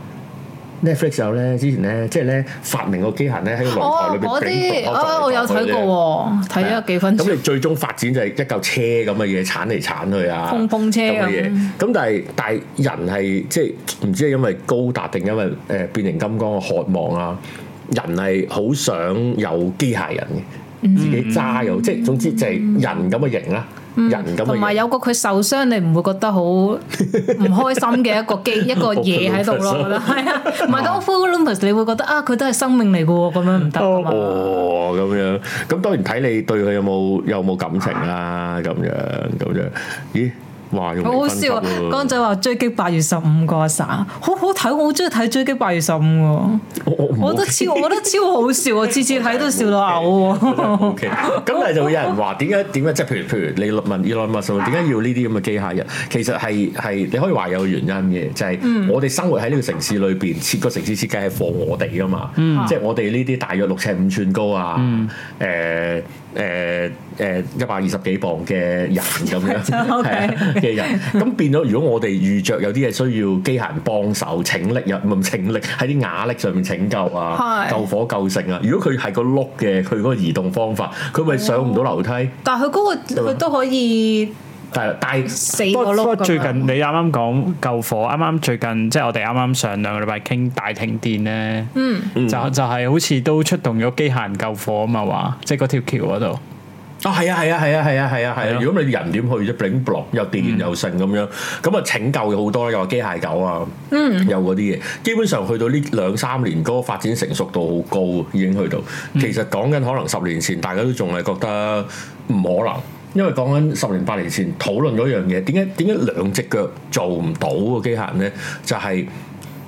Speaker 2: ？Netflix 有咧，之前咧即係咧發明個機械人咧喺個擂台
Speaker 3: 哦
Speaker 2: 裏，邊
Speaker 3: 嗰
Speaker 2: 頂
Speaker 3: 啲
Speaker 2: 撞
Speaker 3: 啊，我有睇。過喎，睇咗幾分
Speaker 2: 啊咁你
Speaker 3: 鐘。
Speaker 2: 最終發展就係一嚿車咁嘅嘢鏟嚟鏟去啊，
Speaker 3: 碰碰車
Speaker 2: 咁
Speaker 3: 咁
Speaker 2: 嘅嘢。咁但係但係人係即係唔知係因為高達定因為誒變形金剛嘅渴望啊，人係好想有機械人
Speaker 3: 嗯
Speaker 2: 嘅，自己揸有，即係總之就係人咁嘅型啦，人咁嘅
Speaker 3: 嗯同埋
Speaker 2: 型。
Speaker 3: 有個佢受傷，你唔會覺 得好唔開心嘅一個機一個嘢喺度咯，我覺得係啊，唔係當 full lumpus，你會覺得啊，佢都係生命嚟嘅喎，咁樣唔得㗎嘛。
Speaker 2: 哦，咁樣，咁當然睇你對佢有冇有冇感情啦，咁樣咁樣，咦，哇，用
Speaker 3: 好好
Speaker 2: 嚟分
Speaker 3: 笑啊！
Speaker 2: 級喎
Speaker 3: 江仔話追擊八月十五個省，好好睇，我好中意睇追擊八月十五喎，
Speaker 2: 我我唔
Speaker 3: 我覺得超，我覺得超好笑啊！次次睇都笑到嘔喎。
Speaker 2: OK，咁但係就會有人話點解點解即係譬如譬如你問 Elon Musk 點解要呢啲咁嘅機械人？其實係係你可以話有原因嘅，就係、我哋生活喺呢個城市裏邊，設個城市設計係放我哋噶嘛，即係我哋呢啲大約六尺五寸高啊，誒誒誒一百二十幾磅嘅人咁樣
Speaker 3: OK
Speaker 2: 係啊嘅人，咁變咗如果我哋遇着有啲嘢需要機械人幫手拯溺又唔係拯溺喺啲瓦礫上面拯救啊，
Speaker 3: 係
Speaker 2: 救火救城啊！如果佢係個碌嘅，佢嗰個移動方法，佢咪上唔到樓梯？
Speaker 3: 但係佢嗰個佢都可以
Speaker 2: 但係但係
Speaker 3: 四個
Speaker 1: 不過
Speaker 3: 碌咁樣
Speaker 1: 最近你啱啱講救火，啱啱最近即係我哋啱啱上兩個禮拜傾大停電咧，
Speaker 3: 嗯
Speaker 1: 就就係好似都出動咗機械人救火啊嘛，話即係嗰條橋嗰 度。
Speaker 2: 啊係啊係啊係啊係啊係啊係
Speaker 1: 係
Speaker 2: 啊！
Speaker 1: 啊
Speaker 2: 如果你人點去啫？bling blong 又
Speaker 3: 嗯
Speaker 2: 電又剩咁樣，咁啊拯救好多啦，又話機械狗啊，
Speaker 3: 嗯
Speaker 2: 有嗰啲嘢。基本上去到呢兩三年嗰個發展成熟度好高，已經去到。
Speaker 3: 嗯
Speaker 2: 其實講緊可能十年前大家都仲係覺得唔可能。因為講緊十年八年前討論嗰樣嘢，點解點解兩隻腳做唔到個機械人咧？就係、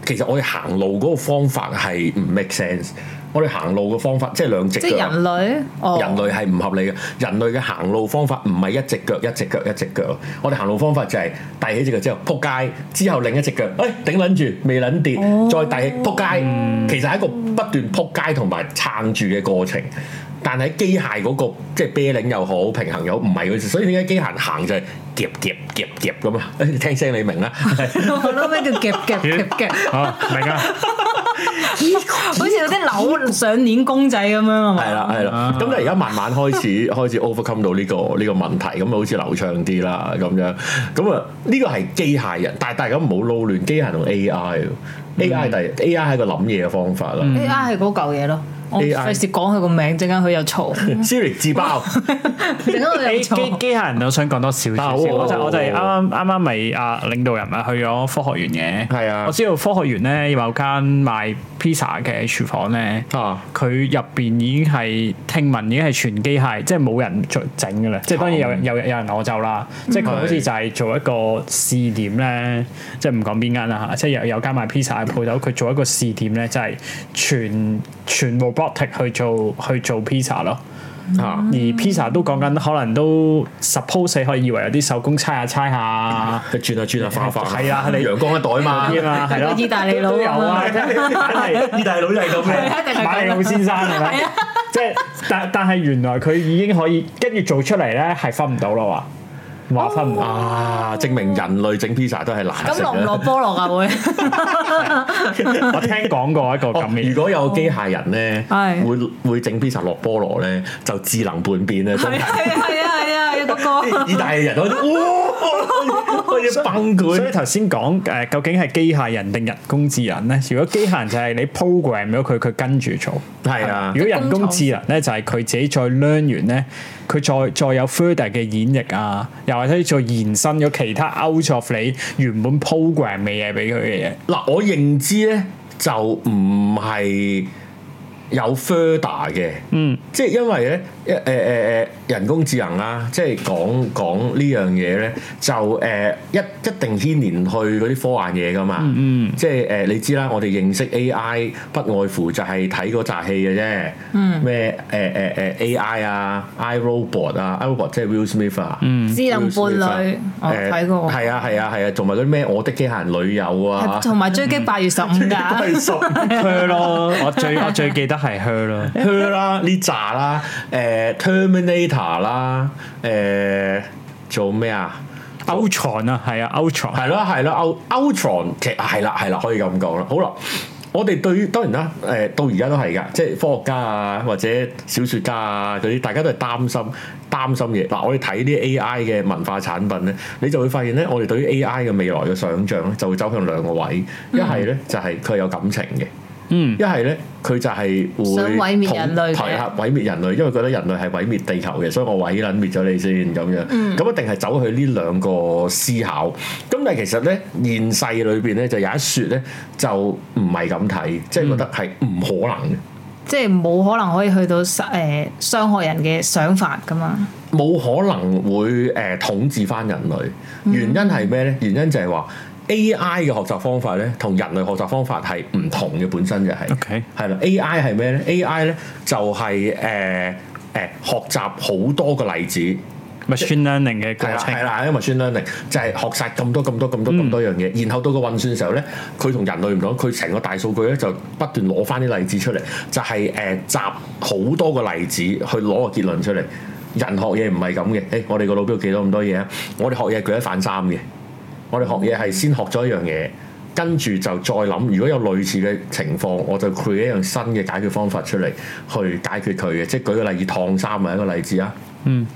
Speaker 2: 其實我哋行路嗰個方法係唔 make sense。我哋行路嘅方法即係兩隻腳啊
Speaker 3: 即係人類，哦
Speaker 2: 人類係唔合理嘅，人類嘅行路方法唔係一隻腳一隻腳一隻腳，我哋行路方法就係遞起只腳之後撲街，之後另一隻腳，誒頂撚住未撚跌，再遞起撲街，其實係一個不斷撲街同埋撐住嘅過程。但係機械嗰、個即係啤領又好，平衡又好唔係嗰時，所以點解機械人行就係夾夾夾夾咁啊？誒聽聲你明啦，
Speaker 3: 我諗咩叫夾 夾夾夾，
Speaker 1: 哦，明啊，
Speaker 3: 好似有啲扭上鏈公仔咁樣啊嘛。
Speaker 2: 係啦，係啦。咁你而家慢慢開 始開始 overcome 到呢、個呢、個問題，咁啊好似流暢啲啦咁樣。咁啊，呢個係機械人，但係大家唔好撈亂機械人同 AI 喎。AI
Speaker 1: 嗯
Speaker 2: 第 AI 係個諗嘢嘅方法啦。
Speaker 3: ，AI 係嗰嚿嘢咯。我
Speaker 2: AI
Speaker 3: 費事講佢個名，陣間佢又 嘈，
Speaker 2: Siri 自爆，
Speaker 3: 陣間佢又
Speaker 1: 機 機
Speaker 3: 嘈。
Speaker 1: 機械人，我想講多少
Speaker 2: 啊好
Speaker 1: 少
Speaker 2: 啊
Speaker 1: 先。我
Speaker 2: 好啊
Speaker 1: 就我就係啱
Speaker 2: 好啊
Speaker 1: 啱啱啱咪啊領導人咪去咗科學園嘅。
Speaker 2: 係啊
Speaker 1: 我知道科學園咧有間賣 pizza 嘅廚房咧
Speaker 2: 啊，
Speaker 1: 佢入邊已經係聽聞已經係全機械，即係冇人做整嘅啦。即係當然有
Speaker 2: 哦
Speaker 1: 人有人有人攞走啦。
Speaker 2: 嗯
Speaker 1: 即係佢好似就係做一個試點咧，即係唔講邊間啦嚇，即係有有間賣 pizza 嘅鋪頭，佢做一個試點咧，就係全全 robotic 去做去做 pizza 咯。
Speaker 2: 嚇
Speaker 1: 而
Speaker 3: 嗯
Speaker 1: pizza 都講緊，可能都 suppose 你可以以為有啲手工猜下猜 下
Speaker 2: 佢轉下轉下化化，
Speaker 1: 係啊你
Speaker 2: 陽光一袋嘛。
Speaker 1: 啲啊嘛，係咯，
Speaker 3: 意大利佬啊
Speaker 1: 都有啊，真係
Speaker 2: 意大佬就係咁
Speaker 3: 係一定
Speaker 1: 啊
Speaker 3: 係咁啊
Speaker 1: 馬利奧先生係咪？即即係但但係原來佢已經可以跟住做出嚟咧，係分唔到啦話，話分唔
Speaker 3: 哦
Speaker 1: 到。
Speaker 2: 啊，證明人類整 pizza 都係難
Speaker 3: 咁
Speaker 2: 食
Speaker 3: 落唔
Speaker 2: 嘅。
Speaker 3: 落菠蘿啊 會？
Speaker 1: 我聽講過一個咁
Speaker 2: 哦
Speaker 1: 嘅，哦
Speaker 2: 如果有機械人咧，
Speaker 3: 係
Speaker 2: 會會整 pizza 落菠蘿咧，就智能叛變咧，真
Speaker 3: 係
Speaker 2: 係
Speaker 3: 啊係啊係啊，有嗰個
Speaker 2: 意大利人 嗰啲，哇，開始崩
Speaker 1: 所以
Speaker 2: 潰。
Speaker 1: 頭先講誒，究竟係機械人定人工智能咧？如果機械人就係你 program 咗佢，佢跟住做。
Speaker 2: 係啊
Speaker 1: 如，果人工智能咧，就係佢自己再 learn 完咧，佢再再有 further 嘅演繹啊，又或者再延伸咗其他 out of 你原本 program 嘅嘢俾佢嘅嘢。
Speaker 2: 嗱，我認知咧就唔係有 further 嘅，
Speaker 1: 嗯，
Speaker 2: 即係因為咧，誒誒誒誒人工智能啦，即係講講呢樣嘢咧，就誒、一一定牽連去嗰啲科幻嘢噶嘛，嗯即係誒、你知啦，我哋認識 AI 不外乎就係睇嗰扎戲嘅啫，嗯，咩誒誒誒 AI 啊，iRobot 啊，iRobot 即係 Will Smith 啊，嗯，
Speaker 3: 智能伴 侶，我睇過。
Speaker 2: 係啊係啊係啊，同埋嗰啲咩我的機械人女友啊
Speaker 3: 係，同埋追擊八月十 五㗎，
Speaker 2: 係熟。
Speaker 1: her 咯，我最我最記得係 her 咯。
Speaker 2: Her 啦，呢扎啦，誒、Terminator 啦，誒、做咩啊？
Speaker 1: Ultron 啊，係啊，Ultron
Speaker 2: 係咯係咯，Out Outron 其實係啦係啦，可以咁講啦。好啦，我哋對於當然啦，誒、到而家都係㗎，即係科學家啊或者小説家啊嗰啲，大家都係擔心擔心嘢。嗱，我哋睇啲 AI 嘅文化產品咧，你就會發現咧，我哋對於 AI 嘅未來嘅想像咧，就會走向兩個位，一係咧就係佢係有感情嘅。
Speaker 1: 嗯
Speaker 2: 一係咧，佢就係會
Speaker 3: 想毀滅人類嘅
Speaker 2: 係啦毀滅人類，因為覺得人類係毀滅地球嘅，所以我毀撚滅咗你先咁樣。咁、
Speaker 3: 嗯
Speaker 2: 一定係走去呢兩個思考。咁但係其實咧，現世裏邊咧就有一説咧，就唔係咁睇，即係覺得係唔可能嘅。
Speaker 3: 即係冇可能可以去到誒傷害人嘅想法㗎嘛。
Speaker 2: 冇可能會誒、呃、統治翻人類。原因係咩咧？原因就係話 AI 嘅學習方法咧，同人類學習方法係唔同嘅，本身就係、
Speaker 1: OK
Speaker 2: 係啦。AI 係咩咧？AI 咧就係誒誒學習好多個例子。
Speaker 1: machine learning 嘅
Speaker 2: 係
Speaker 1: 過
Speaker 2: 啦，
Speaker 1: 程
Speaker 2: 係啦，因為 machine learning 就係學晒咁多咁多咁多
Speaker 1: 嗯
Speaker 2: 咁多樣嘢，然後到個運算嘅時候咧，佢同人類唔同，佢成個大數據咧就不斷攞翻啲例子出嚟，就係、誒、集好多個例子去攞個結論出嚟。人學嘢唔係咁嘅，誒、我哋個腦邊有幾多咁多嘢啊？我哋學嘢係舉一反三嘅，我哋學嘢係先學咗一樣嘢。跟住就再諗，如果有類似嘅情況，我就 create 一樣新嘅解決方法出嚟，去解決佢嘅。即係舉個例子，燙衫係一個例子啊。
Speaker 3: 嗯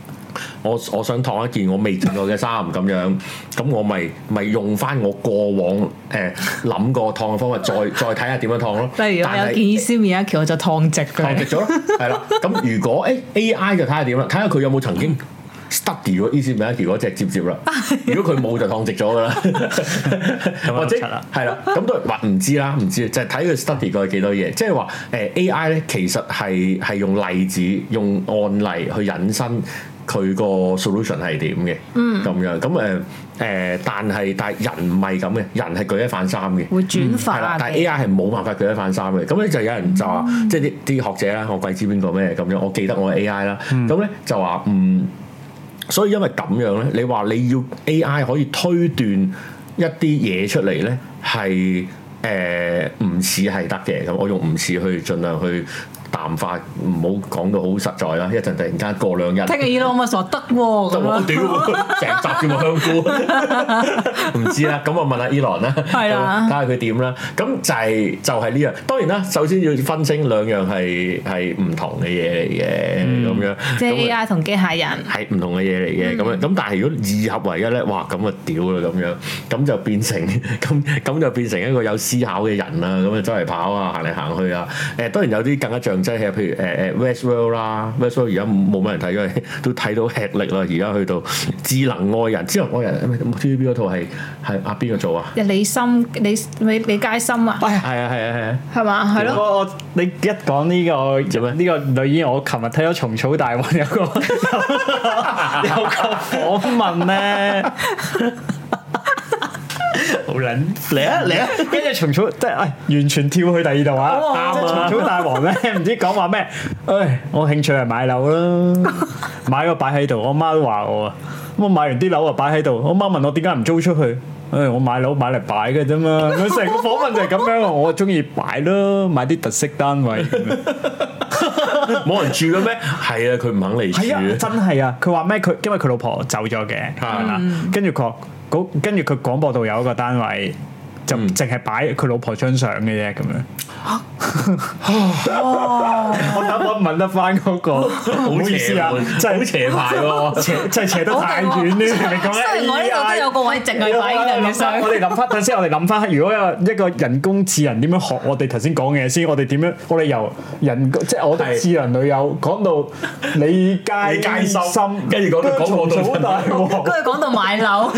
Speaker 2: 我我想燙一件我未見過嘅衫咁樣，咁我咪咪用翻我過往誒諗過燙嘅方法，再再睇下點樣燙咯。
Speaker 3: 例如我有
Speaker 2: 但係
Speaker 3: 件 Easy Miyake，我就燙直 佢
Speaker 2: 燙直。咗咯， 係啦。咁如果誒 AI 就睇下點啦，睇下佢有冇曾經 study 咗 Easy m i k e 嗰隻 接接啦。如果佢冇就燙直咗噶啦， 或者
Speaker 1: 咁就柒啦
Speaker 2: 係啦，咁都話唔知啦，唔知就係睇佢 study 過幾多嘢，即係話誒 AI 咧其實係係用例子、用案例去引申。佢個 solution 係點嘅？嗯，咁樣咁誒誒，但係但係人唔係咁嘅，人係舉一反三嘅。
Speaker 3: 會轉
Speaker 2: 係啦
Speaker 3: 化，
Speaker 2: 但係
Speaker 3: 嘅，嗯
Speaker 2: AI 係冇辦法舉一反三嘅。咁咧就有人就話，即係啲啲學者啦，我鬼知邊個咩咁樣，我記得我係 AI 啦。咁咧、就話嗯，所以因為咁樣咧，你話你要 AI 可以推斷一啲嘢出嚟咧，係誒唔似係得嘅。咁我用唔似去盡量去淡化，唔好講到好實在啦。一陣突然間過兩日。
Speaker 3: 聽日 Elon Musk 話得喎
Speaker 2: 就
Speaker 3: 咁
Speaker 2: 我
Speaker 3: 樣。
Speaker 2: 屌，成集節目香 菇，唔知啦。咁我問下 Elon 啦，
Speaker 3: 係啊
Speaker 2: 睇下佢點啦。咁就係、就係、呢樣。當然啦，首先要分清兩樣係係唔同嘅嘢嚟嘅，咁樣
Speaker 3: 嗯即係
Speaker 2: 咁啊
Speaker 3: AI 同機械人，
Speaker 2: 係唔同嘅嘢嚟嘅，
Speaker 1: 嗯
Speaker 2: 咁樣咁但係如果二合為一咧，哇咁啊屌啦咁樣，咁就變成 咁咁就變成一個有思考嘅人啦，咁啊周圍跑啊，行嚟行去啊，誒、當然有啲更加象徵嘅，譬如誒誒、Westworld 啦，Westworld 而家冇乜人睇，因為 都睇到吃力啦，而家去到智能愛人，智能愛人 TVB 嗰套係係啊邊個做啊？
Speaker 3: 李心李李李佳芯啊，
Speaker 2: 係啊係啊係啊！
Speaker 3: 係嘛？係咯，
Speaker 1: 我我你一講呢、個
Speaker 2: 做
Speaker 1: 呢個女演員，我琴日睇咗《蟲草大王》有個 有個訪問咧，好撚
Speaker 2: 嚟啊嚟啊！
Speaker 1: 跟住蟲草即係唉完全跳去第二度啊！
Speaker 3: 哦
Speaker 1: 即係蟲草大 王咧，唔知講話咩？唉，我興趣係買樓啦，買個擺喺度，我媽都話我啊。咁我買完啲樓啊擺喺度，我媽問我點解唔租出去？唉，我買樓買嚟擺嘅啫嘛，佢成個訪問就係咁樣，我中意擺咯，買啲特色單位。
Speaker 2: 冇人住嘅咩？係啊，佢唔肯嚟
Speaker 1: 係啊，
Speaker 2: 住。
Speaker 1: 真係啊！佢話咩？佢因為佢老婆走咗嘅，係啦。跟住佢嗰跟住佢廣播度有一個單位，就淨係擺佢老婆張相嘅啫咁樣。 我等我問得翻嗰個，唔好意思啊，真係
Speaker 2: 好邪牌 喎！
Speaker 1: 扯真係扯得太 遠呢，你明唔明講
Speaker 3: 雖然我呢度都有個位淨係擺人嘅相
Speaker 1: 我。哋諗翻，等先，我哋諗翻，如果有一個人工智能點樣學我哋頭先講嘅嘢先，我哋點樣？我哋由人即係我哋智能女友講到李佳
Speaker 2: 李佳芯
Speaker 1: 芯
Speaker 2: 跟住講到講到
Speaker 1: 好大鑊。
Speaker 3: 跟住講到買 樓，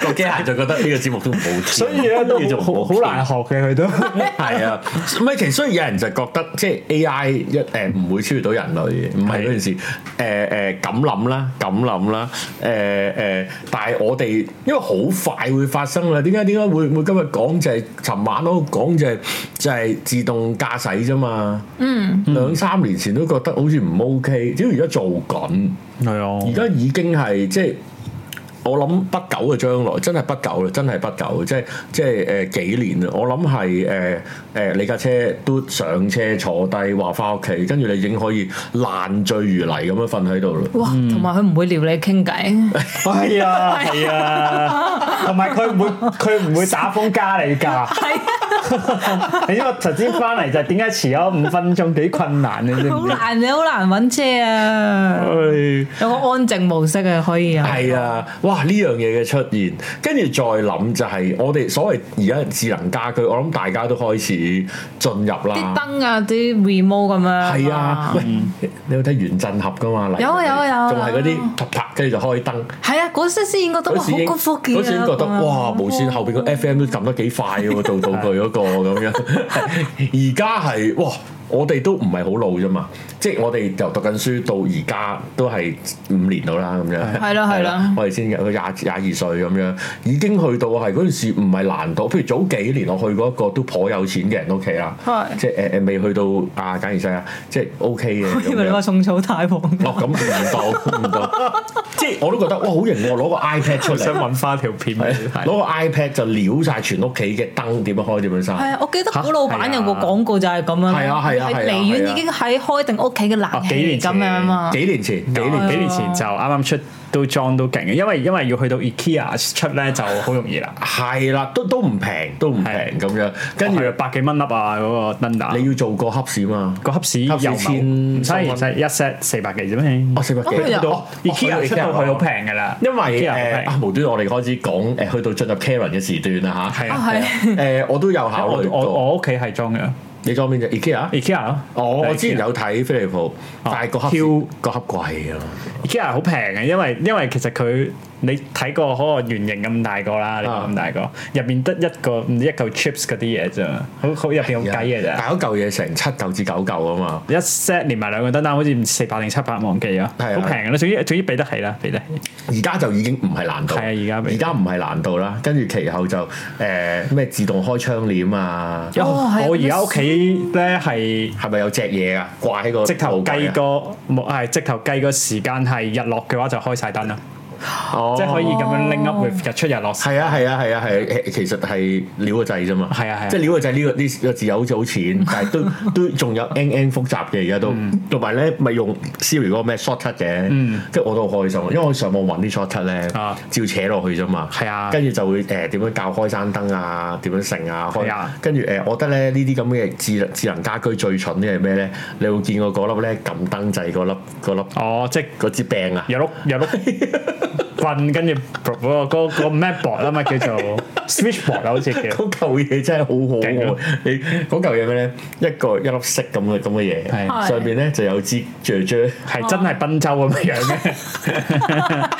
Speaker 2: 個機械就覺得呢個節目都唔好聽，
Speaker 1: 所以咧都
Speaker 2: 呢個節目
Speaker 1: 好
Speaker 2: 唔
Speaker 1: 好難學嘅佢都，
Speaker 2: 係啊，唔係其實所以有人就覺得即係 A.I. 一誒唔會超越到人類嘅，唔係嗰件事。誒誒咁諗啦，咁諗啦，誒、誒，但係我哋因為好快會發生啦，點解點解會會今日講就係、尋晚都講就係、就係、自動駕駛啫嘛。嗯，兩三年前都覺得好似唔 OK，只要而家做緊。而
Speaker 1: 係啊，
Speaker 2: 家已經係即係我諗不久嘅將來，真係不久啦，真係不久，即係即係誒、呃、幾年啦。我諗係誒誒你架車都上車坐低話翻屋企，跟住你已經可以爛醉如泥咁樣瞓喺度啦。
Speaker 3: 哇！同埋佢唔會撩你傾偈，
Speaker 1: 係啊，係啊，同埋佢唔會佢唔會打風加你㗎。 你知我頭先翻嚟就係點解遲咗五分鐘幾困難你知
Speaker 3: 好
Speaker 1: 唔知？
Speaker 3: 難你好難揾車啊！
Speaker 1: 唉
Speaker 3: 有個安靜模式啊，可以啊，
Speaker 2: 係啊，哇！呢樣嘢嘅出現，跟住再諗就係我哋所謂而家智能家居，我諗大家都開始進入
Speaker 3: 啲
Speaker 2: 啦。
Speaker 3: 燈啊，啲 remote 咁樣。
Speaker 2: 係啊，喂，你有睇袁振合噶嘛？嚟
Speaker 3: 有啊有啊有啊
Speaker 2: 仲係嗰啲啪啪，跟住就開燈。
Speaker 3: 係啊，嗰時先應該覺得哇，
Speaker 2: 嗰時
Speaker 3: 好
Speaker 2: 已經
Speaker 3: 高科技啊！
Speaker 2: 嗰時已經覺得
Speaker 3: 咁樣
Speaker 2: 哇，無線後邊個 FM 都撳得幾 快喎，做到佢嗰個咁樣。而家係哇，我哋都唔係好老啫嘛，即係我哋由讀緊書到而家都係五年到啦咁樣。
Speaker 3: 係啦係啦，
Speaker 2: 我哋先有佢廿廿二歲咁樣，已經去到係嗰陣時唔係難度。譬如早幾年我去過一個都頗有錢嘅人屋企啦，
Speaker 3: 係
Speaker 2: 即係誒誒未去到啊簡而西啊，即係 OK 嘅。
Speaker 3: 以為
Speaker 2: 咁
Speaker 3: 你
Speaker 2: 樣
Speaker 3: 話送草太王。
Speaker 2: 哦，咁唔到唔到，即係我都覺得哇好型喎！攞個 iPad 出
Speaker 1: 我
Speaker 2: 嚟
Speaker 1: 想。揾翻條片俾你睇。
Speaker 2: 攞個 iPad 就撩晒全屋企嘅燈點樣開點樣
Speaker 3: 係
Speaker 2: 閂。
Speaker 3: 啊，我記得
Speaker 1: 嚇
Speaker 3: 古老闆有個廣告就係咁樣，
Speaker 2: 係啊係啊係啊
Speaker 3: 離
Speaker 2: 係
Speaker 3: 遠
Speaker 2: 啊
Speaker 3: 已經喺開定屋企嘅冷
Speaker 1: 啊幾啊
Speaker 3: 氣
Speaker 1: 年
Speaker 3: 咁
Speaker 1: 前
Speaker 3: 樣嘛。
Speaker 2: 幾年前，幾
Speaker 1: 幾
Speaker 2: 年
Speaker 1: 年幾年前就啱啱出都裝都勁嘅，因為因為要去到 IKEA 出咧就好容易啦，
Speaker 2: 係啦，都都唔平，都唔平
Speaker 1: 係
Speaker 2: 咁樣。跟
Speaker 1: 跟
Speaker 2: 住
Speaker 1: 住百幾蚊粒啊嗰個燈膽，
Speaker 2: 你要做個黑市嘛？
Speaker 1: 個盒屎又
Speaker 2: 盒屎
Speaker 1: 冇
Speaker 2: 千
Speaker 1: 唔使
Speaker 2: 十蚊
Speaker 1: 唔使一 set 四百幾啫咩
Speaker 2: 哦，四百
Speaker 3: 哦佢
Speaker 2: 幾
Speaker 3: 有
Speaker 2: 哦
Speaker 1: ？IKEA 出到去好。
Speaker 2: 哦
Speaker 1: 平噶啦，
Speaker 2: 因為
Speaker 1: IKEA 好
Speaker 2: 誒
Speaker 1: 平
Speaker 2: 啊無端我哋開始講呃誒去到進入 Karen 嘅時段啦嚇，
Speaker 1: 係
Speaker 3: 啊
Speaker 1: 啊，
Speaker 3: 係
Speaker 2: 誒呃我都有考
Speaker 1: 我
Speaker 2: 慮
Speaker 1: 我
Speaker 2: 過。
Speaker 1: 我屋企係裝嘅
Speaker 2: 你裝邊隻 IKEA？
Speaker 1: IKEA 咯。
Speaker 2: 我我之前
Speaker 1: IKEA 哦
Speaker 2: 有睇飛利浦，但係個盒
Speaker 1: 挑
Speaker 2: 個盒貴啊，
Speaker 1: IKEA 好平嘅，因為因為其實佢你睇過嗰個圓形咁大個啦，你
Speaker 2: 啊
Speaker 1: 咁大個，入邊得一個唔知一嚿 chips 嗰啲嘢啫，好好入邊好雞啊嘅咋。
Speaker 2: 但係嗰啊嚿嘢成七嚿至九嚿啊嘛。
Speaker 1: 一 set 連埋兩個燈單，好似四百定七百，忘記咗，
Speaker 2: 係啊
Speaker 1: 好平嘅啦。總之總之俾得起啦，俾得起。
Speaker 2: 而家就已經唔係難度，
Speaker 1: 係啊而家未
Speaker 2: 而家唔係難度啦。跟住其後就誒咩、自動開窗簾啊，
Speaker 1: 有
Speaker 3: 係啊
Speaker 1: 我而家屋企咧係
Speaker 2: 係咪有隻嘢啊掛喺個啊
Speaker 1: 直頭
Speaker 2: 路
Speaker 1: 計
Speaker 2: 軌
Speaker 1: 個冇係直頭計個時間係日落嘅話就開晒燈啦，
Speaker 2: 啊，
Speaker 1: 即係可以
Speaker 2: 哦
Speaker 1: 咁樣 link up with 日出日落。
Speaker 2: 係啊係啊係啊係啊，其實係撩個掣啫嘛，
Speaker 1: 係啊嗯係啊
Speaker 2: 即係撩個掣呢個呢個字又好似好淺，但 係都都仲有 n n 複雜嘅而家都，
Speaker 1: 嗯
Speaker 2: 同埋咧咪用 Siri 嗰個咩 shortcut 嘅，跟住我都好開心，啊因為我上網揾啲 shortcut 咧，
Speaker 1: 啊
Speaker 2: 照扯落去啫嘛，
Speaker 1: 係啊
Speaker 2: 跟住就會誒點樣教開山燈啊，點樣成啊，開
Speaker 1: 係啊
Speaker 2: 跟住誒，我覺得咧呢啲咁嘅智智能家居最蠢嘅係咩咧？你會見過嗰粒咧撳燈掣嗰粒嗰粒
Speaker 1: 哦，即係
Speaker 2: 嗰支柄啊！
Speaker 1: 有碌有 碌棍，跟住嗰個嗰個 map board 啊嘛，叫做 switch board 啊好似叫。
Speaker 2: 嗰嚿嘢真係
Speaker 1: 勁
Speaker 2: 好
Speaker 1: 啊
Speaker 2: 好愛，你嗰嚿嘢咩咧？一個一粒色咁嘅咁嘅嘢，
Speaker 1: 係
Speaker 2: 上邊咧就有支雀雀，
Speaker 1: 係真係賓州咁樣 嘅，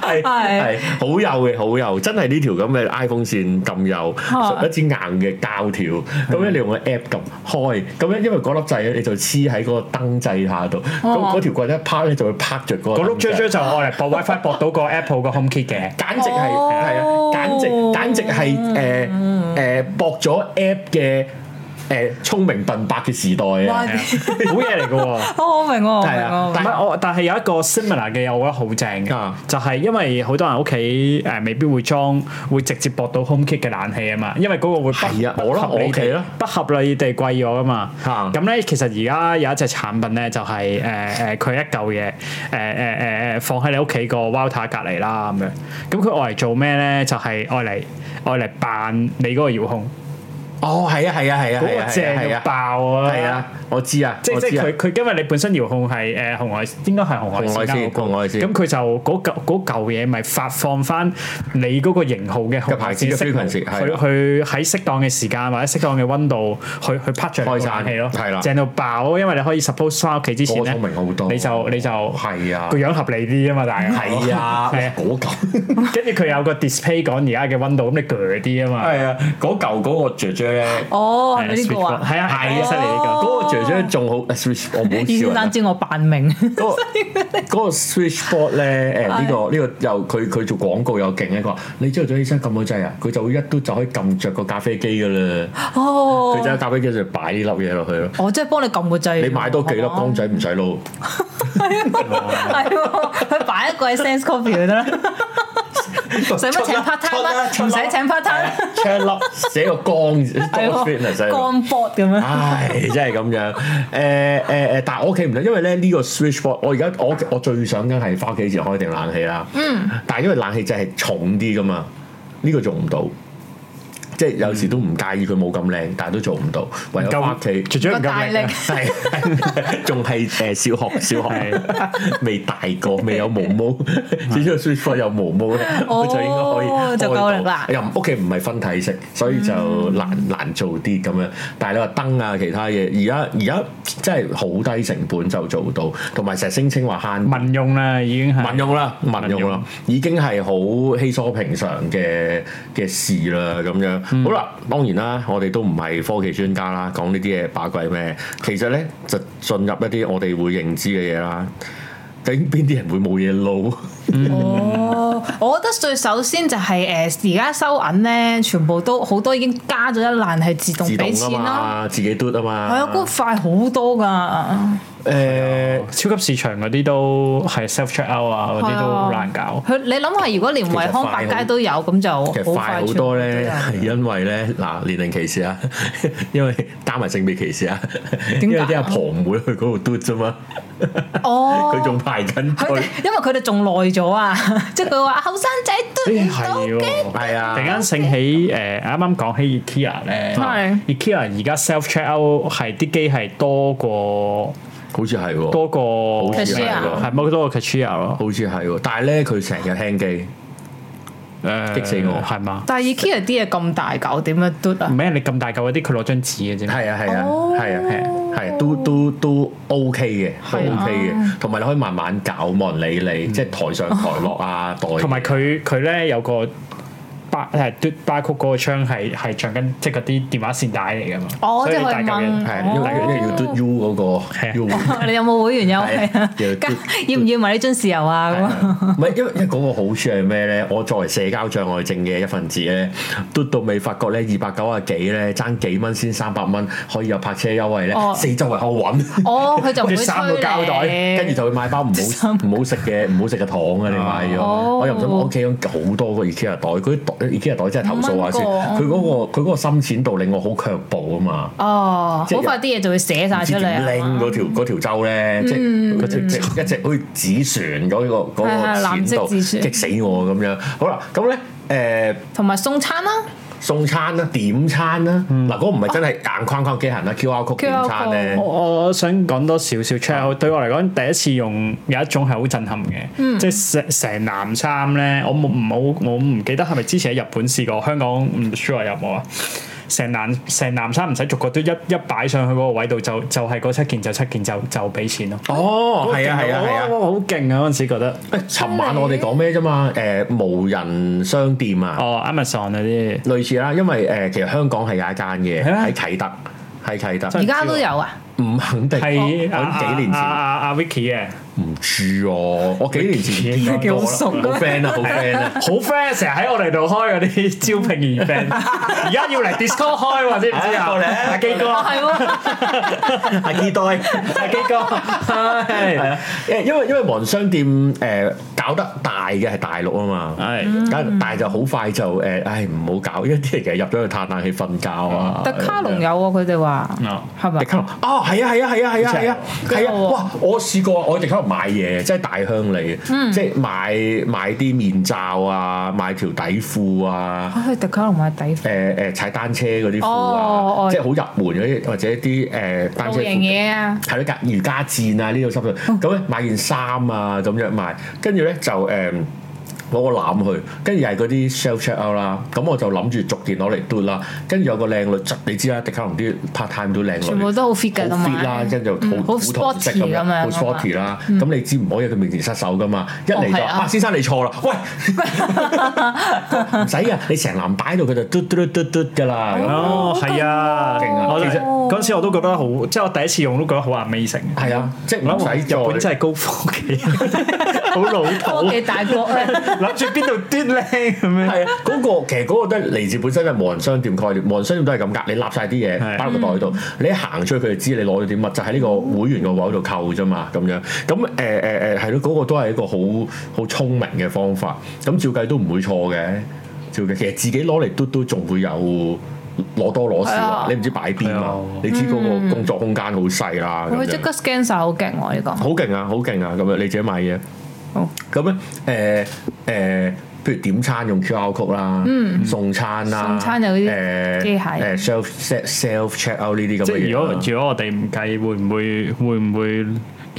Speaker 2: 係係好幼嘅好幼，真係呢條咁嘅 iPhone 線咁幼，
Speaker 3: 係
Speaker 2: 一支硬嘅膠條，咁咧你用個 app 撳開，咁咧因為嗰粒掣咧你就黐喺嗰個燈掣下度，
Speaker 3: 哦
Speaker 2: 咁嗰條棍一拍咧就會拍着嗰個
Speaker 1: 嗰碌
Speaker 2: 燈掣
Speaker 1: j j 就愛嚟駁 WiFi 駁到個 Apple 個 HomeKit 嘅。
Speaker 2: 簡直係
Speaker 3: 哦
Speaker 2: 係啊！簡直簡直係誒誒博咗 app 嘅誒聰明笨白嘅時代
Speaker 3: 哇
Speaker 2: 啊！
Speaker 1: 네. 好嘢嚟嘅喎。
Speaker 3: 我明喎，我明喎我
Speaker 1: 唔
Speaker 3: 明喎，
Speaker 1: 係我，但係有一個 similar 嘅嘢，我覺得好正嘅
Speaker 2: 啊，
Speaker 1: 就係因為好多人屋企誒未必會裝，會直接駁到 HomeKit 嘅冷氣啊嘛，因為嗰個會
Speaker 2: 係
Speaker 1: 不
Speaker 2: 啊我咯
Speaker 1: 不合理地
Speaker 2: 我屋企咯
Speaker 1: 不合理地貴咗啊嘛。
Speaker 2: 啊
Speaker 1: 咁咧，其實而家有一隻產品咧，就係誒誒佢一嚿嘢誒誒誒誒放喺你屋企個 router 隔離啦咁樣。咁佢愛嚟做咩咧？就係愛嚟愛嚟扮你嗰個遙控，
Speaker 2: 哦，係啊，係啊，係啊，
Speaker 1: 嗰
Speaker 2: 係
Speaker 1: 個
Speaker 2: 啊，
Speaker 1: 正
Speaker 2: 係
Speaker 1: 到
Speaker 2: 啊，
Speaker 1: 爆啊！
Speaker 2: 係啊，我知啊，
Speaker 1: 即
Speaker 2: 我
Speaker 1: 即
Speaker 2: 知啊
Speaker 1: 佢佢因為你本身遙控係誒紅外，應該係紅外
Speaker 2: 紅外
Speaker 1: 線啦
Speaker 2: 線
Speaker 1: 我估
Speaker 2: 紅外線
Speaker 1: 咁佢就嗰嚿嗰嚿嘢咪發放翻你嗰個型號嘅紅
Speaker 2: 嘅牌
Speaker 1: 外
Speaker 2: 子
Speaker 1: 線
Speaker 2: 嘅
Speaker 1: 信號，
Speaker 2: frequency，係
Speaker 1: 佢
Speaker 2: 啦
Speaker 1: 佢喺適當嘅時間或者適當嘅温度去去拍著
Speaker 2: 開
Speaker 1: 個
Speaker 2: 散
Speaker 1: 冷氣咯，
Speaker 2: 係啦
Speaker 1: 正到爆，因為你可以 suppose 翻屋企之前咧
Speaker 2: 嗰個聰明好，多
Speaker 1: 你就你就
Speaker 2: 係啊
Speaker 1: 個樣合理啲啊嘛，大家
Speaker 2: 係 啊，
Speaker 1: 係啊，
Speaker 2: 嗰嚿
Speaker 1: 跟住佢有個 display 講而家嘅温度，咁你鋸啲啊嘛，
Speaker 2: 係啊，嗰嚿嗰個姐姐咧，
Speaker 3: 哦，
Speaker 1: 네,
Speaker 3: 係咪呢個啊？
Speaker 1: 係啊，係啊，犀利呢個。
Speaker 2: 嗰個姐姐仲好，Switch 哦 哎我唔好
Speaker 3: 以
Speaker 2: 笑
Speaker 3: 先
Speaker 2: 人啊
Speaker 3: 生。知我扮明，
Speaker 2: 嗰 個嗰個 switchboard 咧，誒呢個呢個又佢佢做廣告又勁咧，佢話你朝頭早起身撳個掣啊，佢就會一嘟就可以撳着個咖啡機噶啦，佢就
Speaker 3: 哦，
Speaker 2: 喺咖啡機就擺呢粒嘢落去咯。
Speaker 3: 我即係幫你撳個掣，
Speaker 2: 你買多幾粒
Speaker 3: 係嘛
Speaker 2: 光仔唔使 撈，
Speaker 3: 係喎，佢擺一個喺 Sense Coffee 就得啦，使乜請 part time 啊？唔使請 part time，
Speaker 2: 槍粒寫個 光字
Speaker 3: 係
Speaker 2: 多 fit 啊，
Speaker 3: 喎，
Speaker 2: 細路
Speaker 3: 光 board 咁樣，
Speaker 2: 唉，真係咁樣。誒誒誒，但係我屋企唔得，因為咧呢個 switchboard，我而家我我最想緊係翻屋企前開定冷氣啦。嗯。但係因為冷氣掣係重啲噶嘛，呢、個做唔到。即係有時都唔介意佢冇咁靚，但係都做唔到，唯有翻屋企。
Speaker 1: 絕對唔
Speaker 3: 個
Speaker 1: 夠
Speaker 3: 大
Speaker 1: 力
Speaker 3: 力
Speaker 1: 啊。
Speaker 2: 係，仲係誒小學小學未大個，未有毛毛，只要 switchboard 有毛毛咧，
Speaker 3: 哦
Speaker 2: 我就應該可以
Speaker 3: 就
Speaker 2: 開
Speaker 3: 夠力
Speaker 2: 到
Speaker 3: 啦嗯
Speaker 2: 又唔屋企唔係分體式，所以就難、難做啲咁樣。但係你話燈啊，其他嘢，而家而家真係好低成本就做到，同埋成日聲稱話慳
Speaker 1: 民用啦，已經係
Speaker 2: 民用啦，民
Speaker 1: 民
Speaker 2: 用啦
Speaker 1: 用，
Speaker 2: 已經係好稀疏平常嘅嘅事啦，咁樣。好啦，當然啦，我哋都唔係科技專家啦，講呢啲嘢把鬼咩？其實咧就進入一啲我哋會認知嘅嘢啦。究竟邊啲人會冇嘢撈？
Speaker 3: 哦，我覺得最首先就係誒而家收銀咧，全部都好多已經加咗一欄係自動
Speaker 2: 自
Speaker 3: 俾
Speaker 2: 動
Speaker 3: 錢啦，
Speaker 2: 啊嘛，自己嘟啊
Speaker 3: 係啊，嗰
Speaker 2: 嘛。
Speaker 3: 個快好多㗎。
Speaker 2: 誒，
Speaker 1: 超級市場嗰啲都係 self check out 啊，嗰啲都好難搞。
Speaker 3: 佢你諗下，如果連惠康百佳都有，咁就
Speaker 2: 其
Speaker 3: 好
Speaker 2: 實快
Speaker 3: 快
Speaker 2: 好多咧，
Speaker 3: 全
Speaker 2: 係因為咧嗱年齡歧視啊， 因為加埋性別歧視啊，
Speaker 3: 點
Speaker 2: 因為
Speaker 3: 解啊
Speaker 2: 啲阿婆唔會去嗰度嘟啫嘛，
Speaker 3: 部都有哦，
Speaker 2: 佢仲排緊
Speaker 3: 佢
Speaker 2: 隊
Speaker 3: 哋。因為佢哋仲耐咗啊，即係佢話後生仔都
Speaker 1: 誒
Speaker 3: 唔到
Speaker 1: 係
Speaker 3: 嘅。
Speaker 1: 喎，
Speaker 2: 係啊
Speaker 1: 突然間醒起誒，啱啱講起 IKEA 咧
Speaker 3: 係
Speaker 1: ，IKEA 而家 self check out 係啲機係多過
Speaker 2: 好似係喎，
Speaker 1: 多過
Speaker 2: 好
Speaker 3: 似係喎
Speaker 1: 係冇多過 cashier 咯。
Speaker 2: 好似係喎，但係咧佢成日輕機，
Speaker 1: 誒，
Speaker 2: 激死我
Speaker 1: 係嘛？
Speaker 3: 但係 IKEA 啲嘢咁大嚿，點樣嘟啊
Speaker 1: 唔？
Speaker 2: 嗯
Speaker 1: 係你咁大嚿嗰啲，佢攞張紙嘅啫。
Speaker 2: 係啊係啊
Speaker 3: 哦
Speaker 2: 係啊係啊係啊，都都都 OK 嘅，都
Speaker 3: 係啊
Speaker 2: OK 嘅，同埋你可以慢慢搞，冇人理你，即係台上台落 啊，袋
Speaker 1: 嗯同埋佢佢咧有個巴係嘟巴曲嗰個窗係係長緊即係嗰啲電話線帶嚟㗎嘛。
Speaker 3: 哦
Speaker 1: 所以
Speaker 3: 即係可以
Speaker 1: 大嚿
Speaker 3: 掹
Speaker 1: 嘢
Speaker 2: 係啊因為因為要嘟 U 嗰
Speaker 1: 哦係啊
Speaker 2: 個 U。
Speaker 3: 你有冇會員優惠啊
Speaker 2: 係啊？
Speaker 3: 加 要唔要埋呢樽豉油啊？咁啊
Speaker 2: 唔係，因為因為嗰個好處係咩咧？我作為社交障礙症嘅一份子咧，嘟到未發覺咧，二百九啊幾咧，爭幾蚊先三百蚊，可以有泊車優惠咧
Speaker 3: 哦，
Speaker 2: 四周圍我揾。
Speaker 3: 哦，佢就唔會
Speaker 1: 啲衫都膠袋
Speaker 3: 吹
Speaker 2: 跟住
Speaker 3: 你。
Speaker 2: 就會買包唔好唔好食嘅唔好食嘅糖啊！你買咗，
Speaker 3: 哦
Speaker 2: 我又唔想我屋企有好多個 IKEA 袋，嗰啲袋 IKEA 袋真係投訴下先，
Speaker 3: 五蚊個
Speaker 2: 佢嗰個佢嗰個深淺度令我好卻步啊嘛。
Speaker 3: 哦，
Speaker 2: 即係
Speaker 3: 好快啲嘢就會寫晒
Speaker 2: 唔知
Speaker 3: 出嚟
Speaker 2: 點
Speaker 3: 啊
Speaker 2: 拎
Speaker 3: 嘛！嗯
Speaker 2: 嗰條嗰條舟咧，即係嗰條即係一隻好似紙船嗰個
Speaker 3: 係係
Speaker 2: 嗰個
Speaker 3: 藍色
Speaker 2: 淺度，
Speaker 3: 紙船
Speaker 2: 激死我咁樣。好啦，咁咧誒
Speaker 3: 同埋送餐啦，
Speaker 2: 送餐啦、點餐啦，嗱嗰個唔係真係硬框框機械人啦，QR code 點餐咧
Speaker 1: 我。我我想講多少少 check out，對我嚟講第一次用有一種係好震撼嘅，即係成成藍衫咧，我冇唔好我唔記得係咪之前喺日本試過，香港唔 sure 有冇啊？成藍成藍衫唔使逐個都一一擺上去嗰個位度，就就係嗰七件就七件就就俾錢咯。
Speaker 2: 哦，係啊，係啊，係啊。
Speaker 1: 哇哇好勁啊！嗰陣時覺得，
Speaker 2: 誒，尋晚我哋講咩啫 嘛？誒，無人商店啊，
Speaker 1: 哦 Amazon 嗰啲
Speaker 2: 類似啦，因為誒，其實香港係有一間嘅
Speaker 1: 係咩
Speaker 2: 喺啟德，喺啟
Speaker 3: 而
Speaker 2: 德，
Speaker 3: 家都有啊！
Speaker 2: 唔肯定，哦
Speaker 1: 係
Speaker 2: 我諗幾
Speaker 1: 啊
Speaker 2: 年前
Speaker 1: 啊啊 Vicky 嘅，
Speaker 2: 唔知啊，我幾年前
Speaker 1: 幾
Speaker 2: 見過啦
Speaker 3: 好熟啊
Speaker 2: 好 friend 啊，好 friend 啊。
Speaker 1: 好 friend 成日喺我哋度開嗰啲招聘 event，而家要嚟 Discord 開喎，知唔知啊？
Speaker 2: 哎過嚟啊
Speaker 1: 阿基哥，
Speaker 3: 哦係 喎，
Speaker 2: 阿基多，
Speaker 1: 阿基哥，
Speaker 2: 係
Speaker 1: 係
Speaker 2: 啊，因因為因為黃商店誒搞得大嘅係大陸啊嘛，
Speaker 1: 係
Speaker 3: 嗯
Speaker 2: 咁但係就好快就誒，唉唔好搞，因為啲人其實入咗去嘆冷氣瞓覺啊。
Speaker 3: 特嗯卡龍有喎，佢哋話
Speaker 1: 啊
Speaker 3: 係咪
Speaker 2: 迪？卡龍啊，係啊，係啊，係啊，係啊，係啊，係啊！哇！我試過我喺迪卡龍買嘢，即係大鄉里，
Speaker 3: 嗯
Speaker 2: 即係買買啲面罩啊，買條底褲啊。
Speaker 3: 啊去特卡龍買底褲。
Speaker 2: 誒誒踩單車嗰啲褲
Speaker 3: 哦
Speaker 2: 啊，
Speaker 3: 哦
Speaker 2: 即係好入門嗰啲，或者啲誒單車
Speaker 3: 露營
Speaker 2: 褲，
Speaker 3: 嘢哦啊，
Speaker 2: 係咯，架瑜伽墊啊呢度濕咗，咁咧買件衫啊咁樣買，跟住咧就誒攞個攬去，跟住又係嗰啲 self check out 啦，咁我就諗住逐件攞嚟嘟啦，跟住有個靚女，你知啦，迪卡龍啲 part time 都靚女，
Speaker 3: 全部都好 fit 㗎
Speaker 2: 好 fit 啦，跟住好
Speaker 3: 嗯好
Speaker 2: 古銅色
Speaker 3: sporty
Speaker 2: 咁
Speaker 3: 咁
Speaker 2: 樣，
Speaker 3: 樣
Speaker 2: 好 sporty 啦，咁你知唔可以喺佢面前失手噶嘛，一嚟就
Speaker 3: 哦係啊
Speaker 2: 啊先生你錯啦， 喂！唔使啊，你成籃擺到佢就嘟嘟嘟嘟嘟噶啦。咁
Speaker 1: 哦，係啊，
Speaker 2: 勁啊
Speaker 1: 我
Speaker 2: 其
Speaker 1: 就
Speaker 2: 實
Speaker 1: 嗰陣時我都覺得好，即係我第一次用都覺得好 amazing。
Speaker 2: 係啊，即係
Speaker 1: 我
Speaker 2: 唔
Speaker 1: 諗
Speaker 2: 使再
Speaker 1: 日本真係高科技， 好老
Speaker 3: 科
Speaker 1: 土，
Speaker 3: 技大國啊咧，
Speaker 1: 諗住邊度端咧咁樣。
Speaker 2: 係啊，嗰個其實嗰個都係嚟自本身嘅無人商店概念，無人商店都係咁㗎，你立晒啲
Speaker 1: 係
Speaker 2: 嘢擺落個袋度，你一行出去佢就知你攞咗啲乜，就喺呢個會員個位度扣啫嘛，咁樣。咁誒誒誒係咯，嗰個都係一個好好聰明嘅方法，咁照計都唔會錯嘅，照計其實自己攞嚟嘟嘟仲會有攞多攞少啊
Speaker 3: 係啊，嗯
Speaker 2: 你唔知擺邊
Speaker 1: 係
Speaker 2: 啊
Speaker 1: 啊，
Speaker 2: 你知嗰個工作空間好細啦，咁
Speaker 3: 佢即
Speaker 2: 樣
Speaker 3: 刻 scan 晒好勁喎呢個。
Speaker 2: 好勁啊，好勁啊，咁樣你自己買嘢。
Speaker 3: 好
Speaker 2: 咁咧誒誒，譬如點餐用 QR code 啦，送餐啦，
Speaker 3: 嗯送餐有啲
Speaker 2: 誒
Speaker 3: 機械
Speaker 2: 誒 self self check out 呢啲咁
Speaker 1: 即
Speaker 2: 嘅
Speaker 1: 係
Speaker 2: 嘢
Speaker 1: 如果
Speaker 2: 啦。
Speaker 1: 如果我哋唔計，會唔會會唔會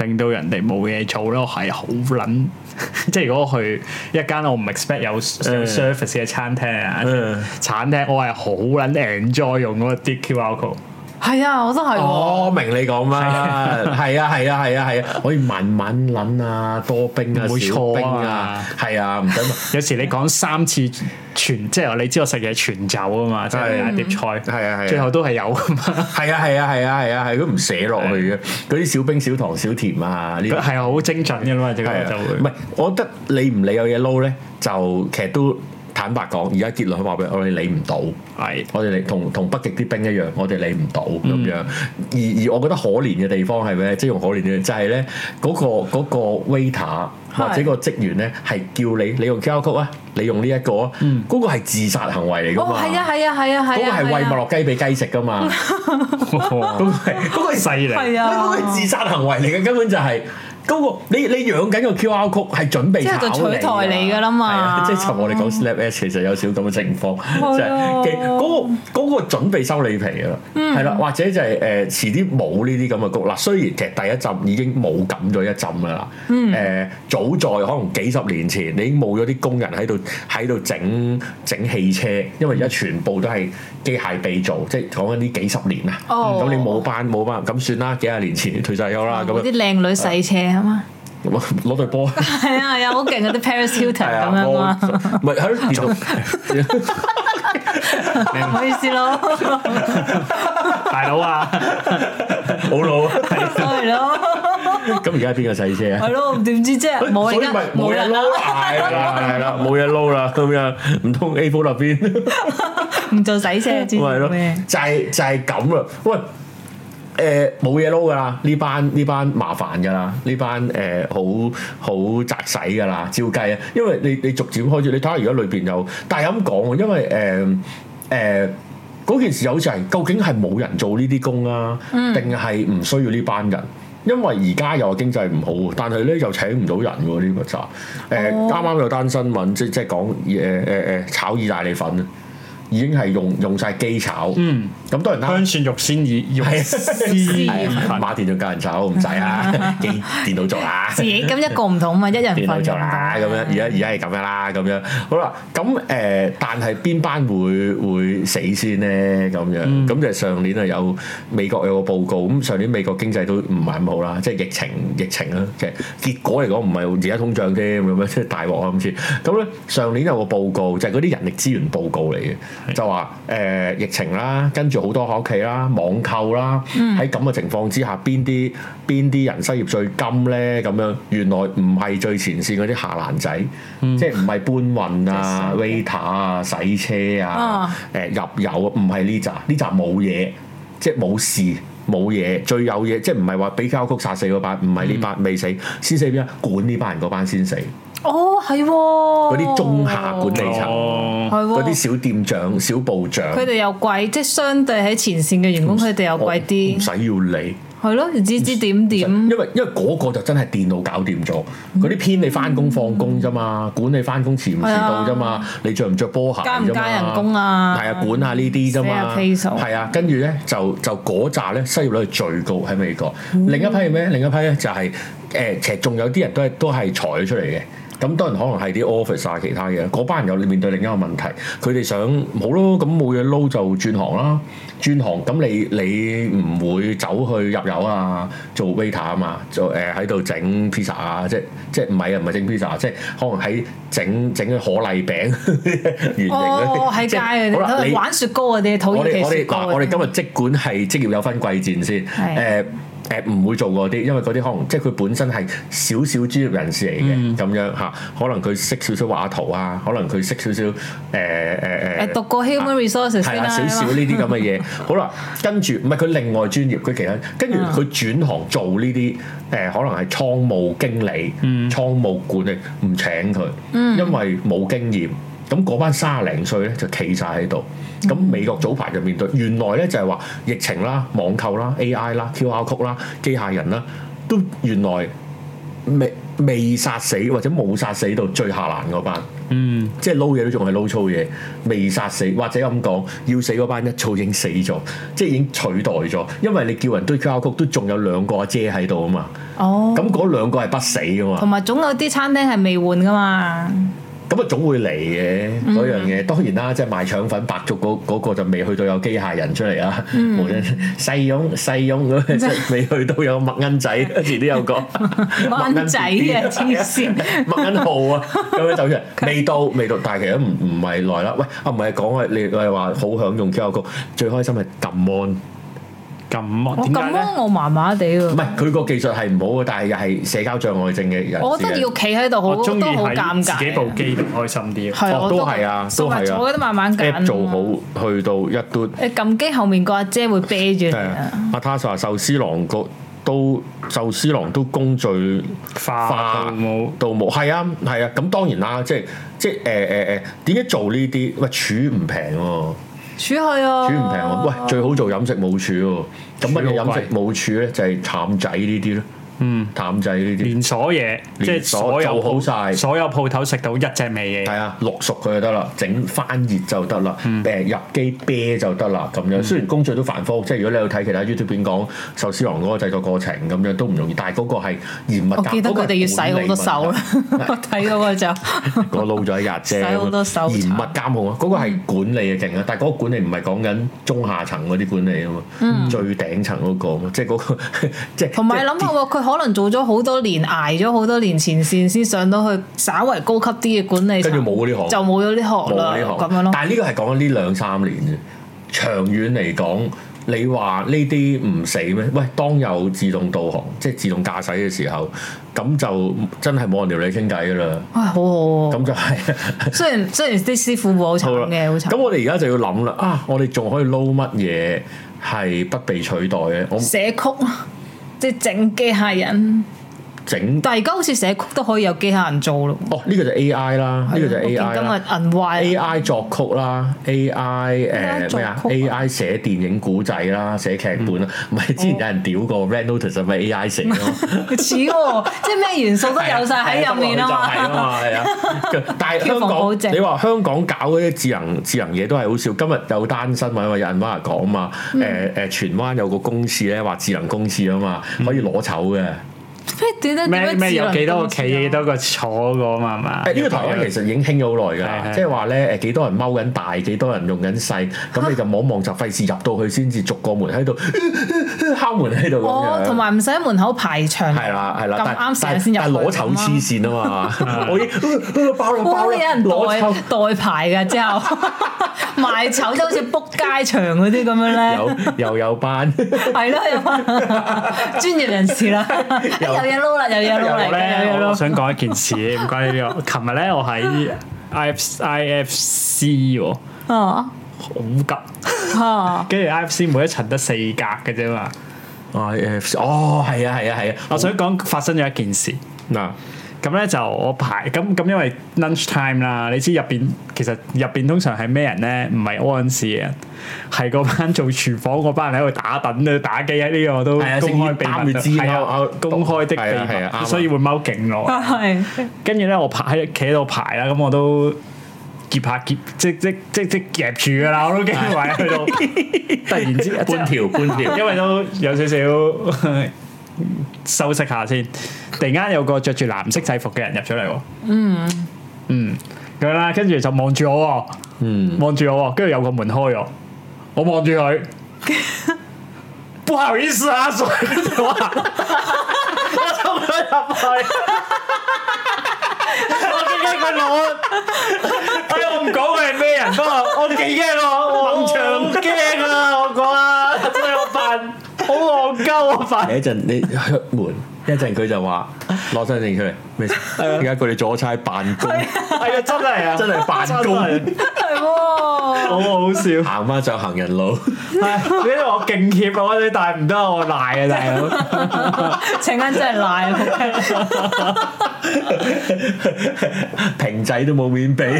Speaker 1: 令到人哋冇嘢做咧？我係好撚， 即係如果我去一間我唔 expect 有有 service 嘅餐廳啊
Speaker 2: 嗯、
Speaker 1: 餐廳，我係好撚 enjoy 用嗰啲 QR code。
Speaker 3: 係啊，我都係喎。
Speaker 2: 哦，明你講 乜？係啊，係啊，係啊，係啊，可以慢慢諗啊，多冰啊，
Speaker 1: 唔會
Speaker 2: 少
Speaker 1: 錯
Speaker 2: 冰
Speaker 1: 啊
Speaker 2: 啊，係啊，唔使問。
Speaker 1: 有時你講三次全，即係你知我食嘢全走啊嘛，即係
Speaker 2: 係
Speaker 1: 嗌
Speaker 3: 嗯
Speaker 1: 碟菜，
Speaker 2: 係啊係啊
Speaker 1: 最後都係有噶嘛。
Speaker 2: 係啊，係啊，係啊，係啊，係都唔寫落去嘅，嗰啲小冰、小糖、小甜啊，呢啲
Speaker 1: 佢係好精準嘅嘛，最後
Speaker 2: 係
Speaker 1: 就
Speaker 2: 啊，
Speaker 1: 會
Speaker 2: 唔係，我覺得你唔理有嘢撈咧，就其實都坦白講，而家結論話俾我哋理唔到。
Speaker 1: 係
Speaker 2: 我哋理同同北極啲冰一樣，我哋理唔到咁
Speaker 3: 嗯
Speaker 2: 樣。而而我覺得可憐嘅地方係咩？即係用可憐嘅，就係咧嗰個嗰、個 waiter
Speaker 3: 係
Speaker 2: 或者個職員咧，係叫你你用 QR code 啊，你用呢、一個啊，嗰、個係自殺行為嚟
Speaker 3: 嗯
Speaker 2: 㗎
Speaker 3: 哦，
Speaker 2: 嘛。
Speaker 3: 係啊，係啊，係啊，
Speaker 2: 嗰
Speaker 3: 係啊。
Speaker 2: 個係餵
Speaker 3: 係
Speaker 2: 麥
Speaker 3: 啊
Speaker 2: 樂雞俾雞食㗎嘛，嗰個係嗰個係
Speaker 1: 犀利，
Speaker 3: 係
Speaker 2: 嗰個
Speaker 3: 啊
Speaker 2: 係，自殺行為嚟嘅，根本就係、嗰、個你你養緊個 QR code 係準備
Speaker 3: 即係就取
Speaker 2: 炒
Speaker 3: 代你㗎啦嘛
Speaker 2: 係啊即係尋我哋講 Slap S 其實有少咁嘅情況，
Speaker 3: 啊
Speaker 2: 就係其嗰個嗰個準備收你皮㗎啦，
Speaker 3: 嗯
Speaker 2: 係啦，或者就係誒遲啲冇呢啲咁嘅局嗱，雖然其實第一浸已經冇咁咗一浸㗎啦，
Speaker 3: 嗯
Speaker 2: 誒早在可能幾十年前你已經冇咗啲工人喺度喺度整整汽車，因為而家全部都係機械臂做，即係講緊呢幾十年啊，
Speaker 3: 哦
Speaker 2: 咁你冇班冇班咁算啦，幾廿年前退晒休啦，咁
Speaker 3: 嗰
Speaker 2: 樣
Speaker 3: 啲靚女洗車啊嘛。
Speaker 2: 攞對 波。
Speaker 3: 係啊，係啊，好勁嗰啲 Paris Hilton
Speaker 2: Dạ,
Speaker 3: 咁樣啊嘛。
Speaker 2: 我咪喺度 電動
Speaker 3: 唔好意思咯
Speaker 1: 大佬啊，
Speaker 2: 好老啊！
Speaker 3: ，sorry 咯，
Speaker 2: 咁而家邊個洗 車啊？
Speaker 3: 係咯，點知即係冇
Speaker 2: 所
Speaker 3: 而
Speaker 2: 以
Speaker 3: 家
Speaker 2: 咪冇
Speaker 3: 冇
Speaker 2: 嘢
Speaker 3: 人啦，
Speaker 2: 撈啦，係啦係啦，冇嘢撈啦，咁樣唔通 A 股入邊
Speaker 3: 唔做洗車知
Speaker 2: 咪係咯
Speaker 3: 做咩？？
Speaker 2: 就係就係咁啦，喂。誒冇嘢撈噶啦，呢班呢班麻煩噶啦，呢班誒好好擲使噶啦，照計啊，因為你你逐漸開始，你睇下而家裏邊有，但係咁講喎，因為誒誒嗰件事有就係究竟係冇人做呢啲工啊，
Speaker 1: 嗯
Speaker 2: 定係唔需要呢班人？因為而家又話經濟唔好，但係咧又請唔到人喎呢個就誒
Speaker 3: 哦
Speaker 2: 啱啱有單新聞，即即係講誒誒誒炒意大利粉啊，已經係用用曬機炒，
Speaker 1: 嗯，
Speaker 2: 咁當然啦
Speaker 1: 香。蒜肉鮮意肉
Speaker 2: 啊係啊
Speaker 1: 絲意粉。
Speaker 2: 馬電仲教人手，唔使啊， 機電腦做啊啦，
Speaker 3: 自己咁一個唔同啊嘛，一人
Speaker 2: 電腦
Speaker 3: 份
Speaker 2: 做啦，咁樣而家而家係咁樣啦，咁樣好啦，咁誒、呃但係邊班會會死先咧？咁樣
Speaker 3: 嗯
Speaker 2: 咁、就上年啊有美國有個報告，咁上年美國經濟都唔係咁好啦，即係疫情疫情啦，即係結果嚟講唔係而家通脹添，咁樣即係大鑊啊咁先。咁咧上年有個報告就係嗰啲人力資源報告嚟嘅，就話誒、呃疫情啦，跟住好多喺屋企啦，網購啦，喺咁嘅情況之下，邊啲邊啲人失業最金咧？咁樣原來唔係最前線嗰啲下欄仔，即係唔係搬運啊、waiter 啊、洗車啊
Speaker 3: 啊、
Speaker 2: 誒、入油啊，唔係呢扎，呢扎冇嘢，即係冇事。冇嘢，最有嘢，即係唔係話俾交曲殺死嗰班，唔係呢班未死，先死邊啊？管呢班人嗰班先死，
Speaker 3: 哦，係喎，嗰
Speaker 2: 嗰啲中下管理層。
Speaker 1: 哦，
Speaker 3: 係
Speaker 2: 嗰啲
Speaker 3: 喎，
Speaker 2: 小店長、小部長，
Speaker 3: 佢哋又貴，即係相對喺前線嘅員工，佢哋又貴
Speaker 2: 哦唔
Speaker 3: 啲，嗯
Speaker 2: 使要理，
Speaker 3: 係咯，指指點點
Speaker 2: 因。為因為嗰個就真係電腦搞掂咗，
Speaker 3: 嗯
Speaker 2: 嗰啲編你翻工放工啫嘛，管你翻工遲唔遲到啫嘛，你着唔着波鞋啫
Speaker 3: 啊加
Speaker 2: 嘛
Speaker 3: 唔加人工啊
Speaker 2: 係啊，管下呢啲啫嘛，
Speaker 3: 寫下 case
Speaker 2: 係啊，跟住咧就就嗰扎咧失業率係最高喺美國。另一批係咩？另一批咧就係誒，其實仲有啲人都係都係裁咗出嚟嘅。咁當然可能係啲 office 啊，其他嘢，嗰班人又面對另一個問題，佢哋想好咯，咁冇嘢撈就轉行啦，轉行咁你你唔會走去入油啊，做 waiter 啊嘛，做誒喺度整 pizza 啊，即即唔係啊，唔係整 pizza，即可能喺整整啲可麗餅 圓形嗰啲
Speaker 3: 哦，喺
Speaker 2: 即
Speaker 3: 街嗰
Speaker 2: 好啦，
Speaker 3: 啲
Speaker 2: 你
Speaker 3: 玩雪糕嗰啲，土
Speaker 2: 我
Speaker 3: 耳
Speaker 2: 哋
Speaker 3: 其
Speaker 2: 我
Speaker 3: 雪
Speaker 2: 哋
Speaker 3: 糕
Speaker 2: 嗱，
Speaker 3: 嗰啲。
Speaker 2: 我哋今日即管係職業有分貴賤先，誒
Speaker 3: 係
Speaker 2: 誒唔會做嗰啲，因為嗰啲可能即係佢本身係少少專業人士嚟嘅咁樣嚇，可能佢識少少畫圖啊，可能佢識少少誒誒誒
Speaker 3: 誒讀過 human resources
Speaker 2: 啊係
Speaker 3: 先
Speaker 2: 啦，
Speaker 3: 啦，啊
Speaker 2: 少少呢啲咁嘅嘢。好啦，跟住唔係佢另外專業，佢其他跟住佢轉行做呢啲誒，可能係倉務經理、倉務管理，唔請佢，因為冇經驗。咁嗰班三廿零歲咧就企晒喺度。咁美國早排就面對，原來咧就係話疫情啦、網購啦、AI 啦、QR code 啦、機械人啦，都原來未未殺死或者冇殺死到最下欄嗰班。
Speaker 1: 嗯，
Speaker 2: 即係撈嘢都仲係撈粗嘢，未殺死，或者咁講，要死嗰班一早已經死咗，即係已經取代咗，因為你叫人堆 QR code 都仲有兩個阿姐喺度啊嘛，
Speaker 3: 哦，
Speaker 2: 咁嗰兩個係不死噶嘛
Speaker 3: 同，埋總有啲餐廳係未換噶嘛，
Speaker 2: 咁啊總會嚟嘅嗰樣嘢，當然啦，即係賣腸粉白粥嗰嗰個就未去到有機械人出嚟啊，無論細翁細翁咁樣，即係未去到有麥恩仔，前都有個麥
Speaker 3: 灣仔啊，
Speaker 2: BB
Speaker 3: 黐 線，
Speaker 2: 麥恩浩 啊，咁樣走出嚟，未到未到，但係其實唔唔係耐啦。喂，啊唔係講啊，你你係話好享用 QR code，最開心係撳 on，
Speaker 1: 咁啊
Speaker 3: 我
Speaker 1: 點解
Speaker 3: 哦咁
Speaker 1: 咧？
Speaker 3: 樣我麻麻地喎
Speaker 2: 唔，係佢個技術係唔好嘅，但係又係社交障礙症嘅人。
Speaker 3: 我覺得要。企喺度好
Speaker 1: 我
Speaker 3: 都
Speaker 1: 中意
Speaker 3: 好
Speaker 1: 喺
Speaker 3: 尷
Speaker 1: 自己部
Speaker 3: 尬，
Speaker 1: 機度開心啲。
Speaker 3: 係
Speaker 2: 哦
Speaker 3: 我
Speaker 2: 都係啊
Speaker 3: 同埋
Speaker 2: 都係啊
Speaker 3: 坐嗰啲慢慢
Speaker 2: app
Speaker 3: 揀
Speaker 2: 做好，去到一嘟。
Speaker 3: 你撳機後面個阿姐會啤住你
Speaker 2: 係
Speaker 3: 啊，
Speaker 2: 阿 Tasa 話壽司郎個都壽司郎都工序
Speaker 1: 化到冇
Speaker 2: 盜墓係啊係啊，咁當然啦，即係即係誒誒誒，點解做呢啲？喂，儲唔平喎。
Speaker 3: 處去啊，
Speaker 2: 處唔平喎，喂，最好做飲食冇處喎。咁乜嘢
Speaker 1: 處好貴
Speaker 2: 飲食冇處咧？就係淡仔呢啲咯，
Speaker 1: 嗯，
Speaker 2: 淡仔呢啲，
Speaker 1: 連鎖嘢，即係
Speaker 2: 連鎖
Speaker 1: 所有
Speaker 2: 做好
Speaker 1: 鋪
Speaker 2: 晒
Speaker 1: 所有鋪頭食到一隻味
Speaker 2: 係
Speaker 1: 嘢。
Speaker 2: 啊，淥熟佢就得啦，整翻熱就得啦，
Speaker 1: 嗯
Speaker 2: 誒入機啤就得啦咁樣。雖然工序都繁複，即係如果你去睇其他 YouTube 片講壽司郎嗰個製作過程咁樣都唔容易，但係嗰個係嚴密
Speaker 3: 我
Speaker 2: 監
Speaker 3: 記得
Speaker 2: 嗰個
Speaker 3: 佢
Speaker 2: 係
Speaker 3: 哋要洗好多手啦， 我睇嗰個就
Speaker 2: 我撈咗一日啫，
Speaker 3: 使好多嗯手
Speaker 2: 嚴密監控啊！嗰、個係管理嘅勁啊，但係嗰個管理唔係講緊中下層嗰啲管理啊嘛，最頂層嗰、個啊嘛，即係嗰、個 即係
Speaker 3: 嗯同埋諗下喎，佢可能做咗好多年，捱咗好多年前線，先上到去稍為高級啲嘅管理層，
Speaker 2: 跟住冇嗰啲行
Speaker 3: 就冇咗呢
Speaker 2: 冇
Speaker 3: 行啦，
Speaker 2: 呢行
Speaker 3: 咁樣咯。
Speaker 2: 但係呢個係講緊呢兩三年啫，長遠嚟講，你話呢啲唔死咩？喂，當有自動導航，即係自動駕駛嘅時候，咁就真係冇人撩你傾偈噶啦。
Speaker 3: 唉，好好喎。
Speaker 2: 咁就係、
Speaker 3: 雖然雖然啲師傅哦好
Speaker 2: 好啦
Speaker 3: 慘嘅，好
Speaker 2: 咁
Speaker 3: 慘。
Speaker 2: 我哋而家就要諗啦，啊，我哋仲可以撈乜嘢係不被取代嘅？我
Speaker 3: 寫曲即係整機械人，
Speaker 2: 整
Speaker 3: 但係而家好似寫曲都可以有機械人做咯。啊
Speaker 2: 哦，呢、個就 A I 啦，呢個就
Speaker 3: 我見
Speaker 2: A I
Speaker 3: 今
Speaker 2: 啦。
Speaker 3: 日銀壞
Speaker 2: A
Speaker 3: 啦
Speaker 2: I 作曲啦，A I 誒咩啊
Speaker 3: 作
Speaker 2: ？A
Speaker 3: 曲
Speaker 2: I 寫電影古仔啦，寫劇本啦，
Speaker 3: 嗯
Speaker 2: 唔係之前有人屌過 Red Notice 係咪 A I 寫咯？
Speaker 3: 似喎，即係咩元素 都有晒喺入面啊
Speaker 2: 係啊
Speaker 3: 嘛。
Speaker 2: 嘛， 係啊。但係香
Speaker 3: 票房好
Speaker 2: 港，
Speaker 3: 正
Speaker 2: 你話香港搞嗰啲智能智能嘢都係好笑。今日有單新聞話有人話講嘛，
Speaker 3: 嗯
Speaker 2: 誒誒，荃灣有個公廁咧話智能公廁啊嘛，
Speaker 3: 嗯
Speaker 2: 可以攞籌嘅。
Speaker 3: 咩點解
Speaker 1: 咩
Speaker 3: 點啊
Speaker 1: 咩
Speaker 3: 解
Speaker 1: 有幾多個
Speaker 3: 個
Speaker 1: 企幾多個坐過嘛？係嘛？
Speaker 2: 誒呢個台
Speaker 3: 啊
Speaker 2: 灣其實已經興咗好耐㗎啦
Speaker 1: 係，係
Speaker 2: 即係話咧誒幾多人踎緊大，幾多人用緊細，咁你就望一望就費事入到去先至逐個門喺度 敲門喺度
Speaker 3: 哦，
Speaker 2: 咁
Speaker 3: 同
Speaker 2: 樣。
Speaker 3: 埋唔使喺門口排場。
Speaker 2: 係啦，係啦，
Speaker 3: 咁
Speaker 2: 但
Speaker 3: 啱成
Speaker 2: 但
Speaker 3: 日先入
Speaker 2: 但
Speaker 3: 去
Speaker 2: 攞籌
Speaker 3: 咁啊
Speaker 2: 黐 線啊嘛，我已經爆啦
Speaker 3: 哇！
Speaker 2: 爆
Speaker 3: 有
Speaker 2: 啦，
Speaker 3: 人啊
Speaker 2: 攞籌
Speaker 3: 代代牌嘅之後，賣醜即係好似 book 街場嗰啲咁樣咧，
Speaker 2: 有又有班，
Speaker 3: 係咯，有 班專業人士啦，有嘢撈啦，有嘢撈嚟嘅，有嘢
Speaker 1: 我
Speaker 3: 撈。
Speaker 1: 想講一件事，唔關呢 個。琴日咧，我喺 IF IFC 喎，好
Speaker 3: 哦
Speaker 1: 急。
Speaker 3: 哦，
Speaker 1: 跟住 IFC 每一層得四格嘅啫嘛。
Speaker 2: 啊誒哦係啊係啊係啊，
Speaker 1: 我想講發生咗一件事。
Speaker 2: 嗱
Speaker 1: 咁咧就我排咁咁，因為 lunch time 啦，你知入邊其實入邊通常係咩人咧？唔係屙緊屎嘅人，係嗰班做廚房嗰班人喺度打等喺度打機喺呢個都
Speaker 2: 係啊
Speaker 1: 公開秘
Speaker 2: 食煙擔
Speaker 1: 密
Speaker 2: 住支
Speaker 1: 係
Speaker 2: 貓
Speaker 1: 啊
Speaker 2: 啊，
Speaker 1: 公開的
Speaker 2: 係啊係啊
Speaker 1: 秘
Speaker 2: 啱
Speaker 1: 密，
Speaker 2: 啊
Speaker 1: 所以會踎勁耐。
Speaker 3: 係
Speaker 1: 跟住咧，我排喺企喺度排啦，咁我都夾下夾，即即即即夾住噶啦，我都 驚埋去到突然之間
Speaker 2: 半條半條。
Speaker 1: 因為都有少 少收息下先。突然間有個着住藍色制服嘅人入咗嚟喎。嗯嗯，咁樣啦，跟住就望住我喎，
Speaker 2: 嗯，
Speaker 1: 望住我喎，跟住有個門開咗，我望住 佢。不好意思啊，所以我話我走唔入去。我記驚佢攞，哎呀我唔講佢係咩人，不過我幾驚啊我，我好驚啊！我講啊，真係我笨，好戇鳩啊我
Speaker 2: 你
Speaker 1: 笨。
Speaker 2: 一陣你開門，一陣佢就話攞身份證出嚟，咩事？而家佢哋阻差辦公，
Speaker 1: 係啊，真係啊，
Speaker 2: 真係辦
Speaker 1: 真
Speaker 2: 公，
Speaker 1: 係
Speaker 3: 係 喎，
Speaker 1: 好好笑。
Speaker 2: 行翻上行人路。
Speaker 1: 你因為我勁怯啊，我你但係唔得我賴啊，大佬。
Speaker 3: 請緊真係賴啊！
Speaker 2: 平仔都冇面俾，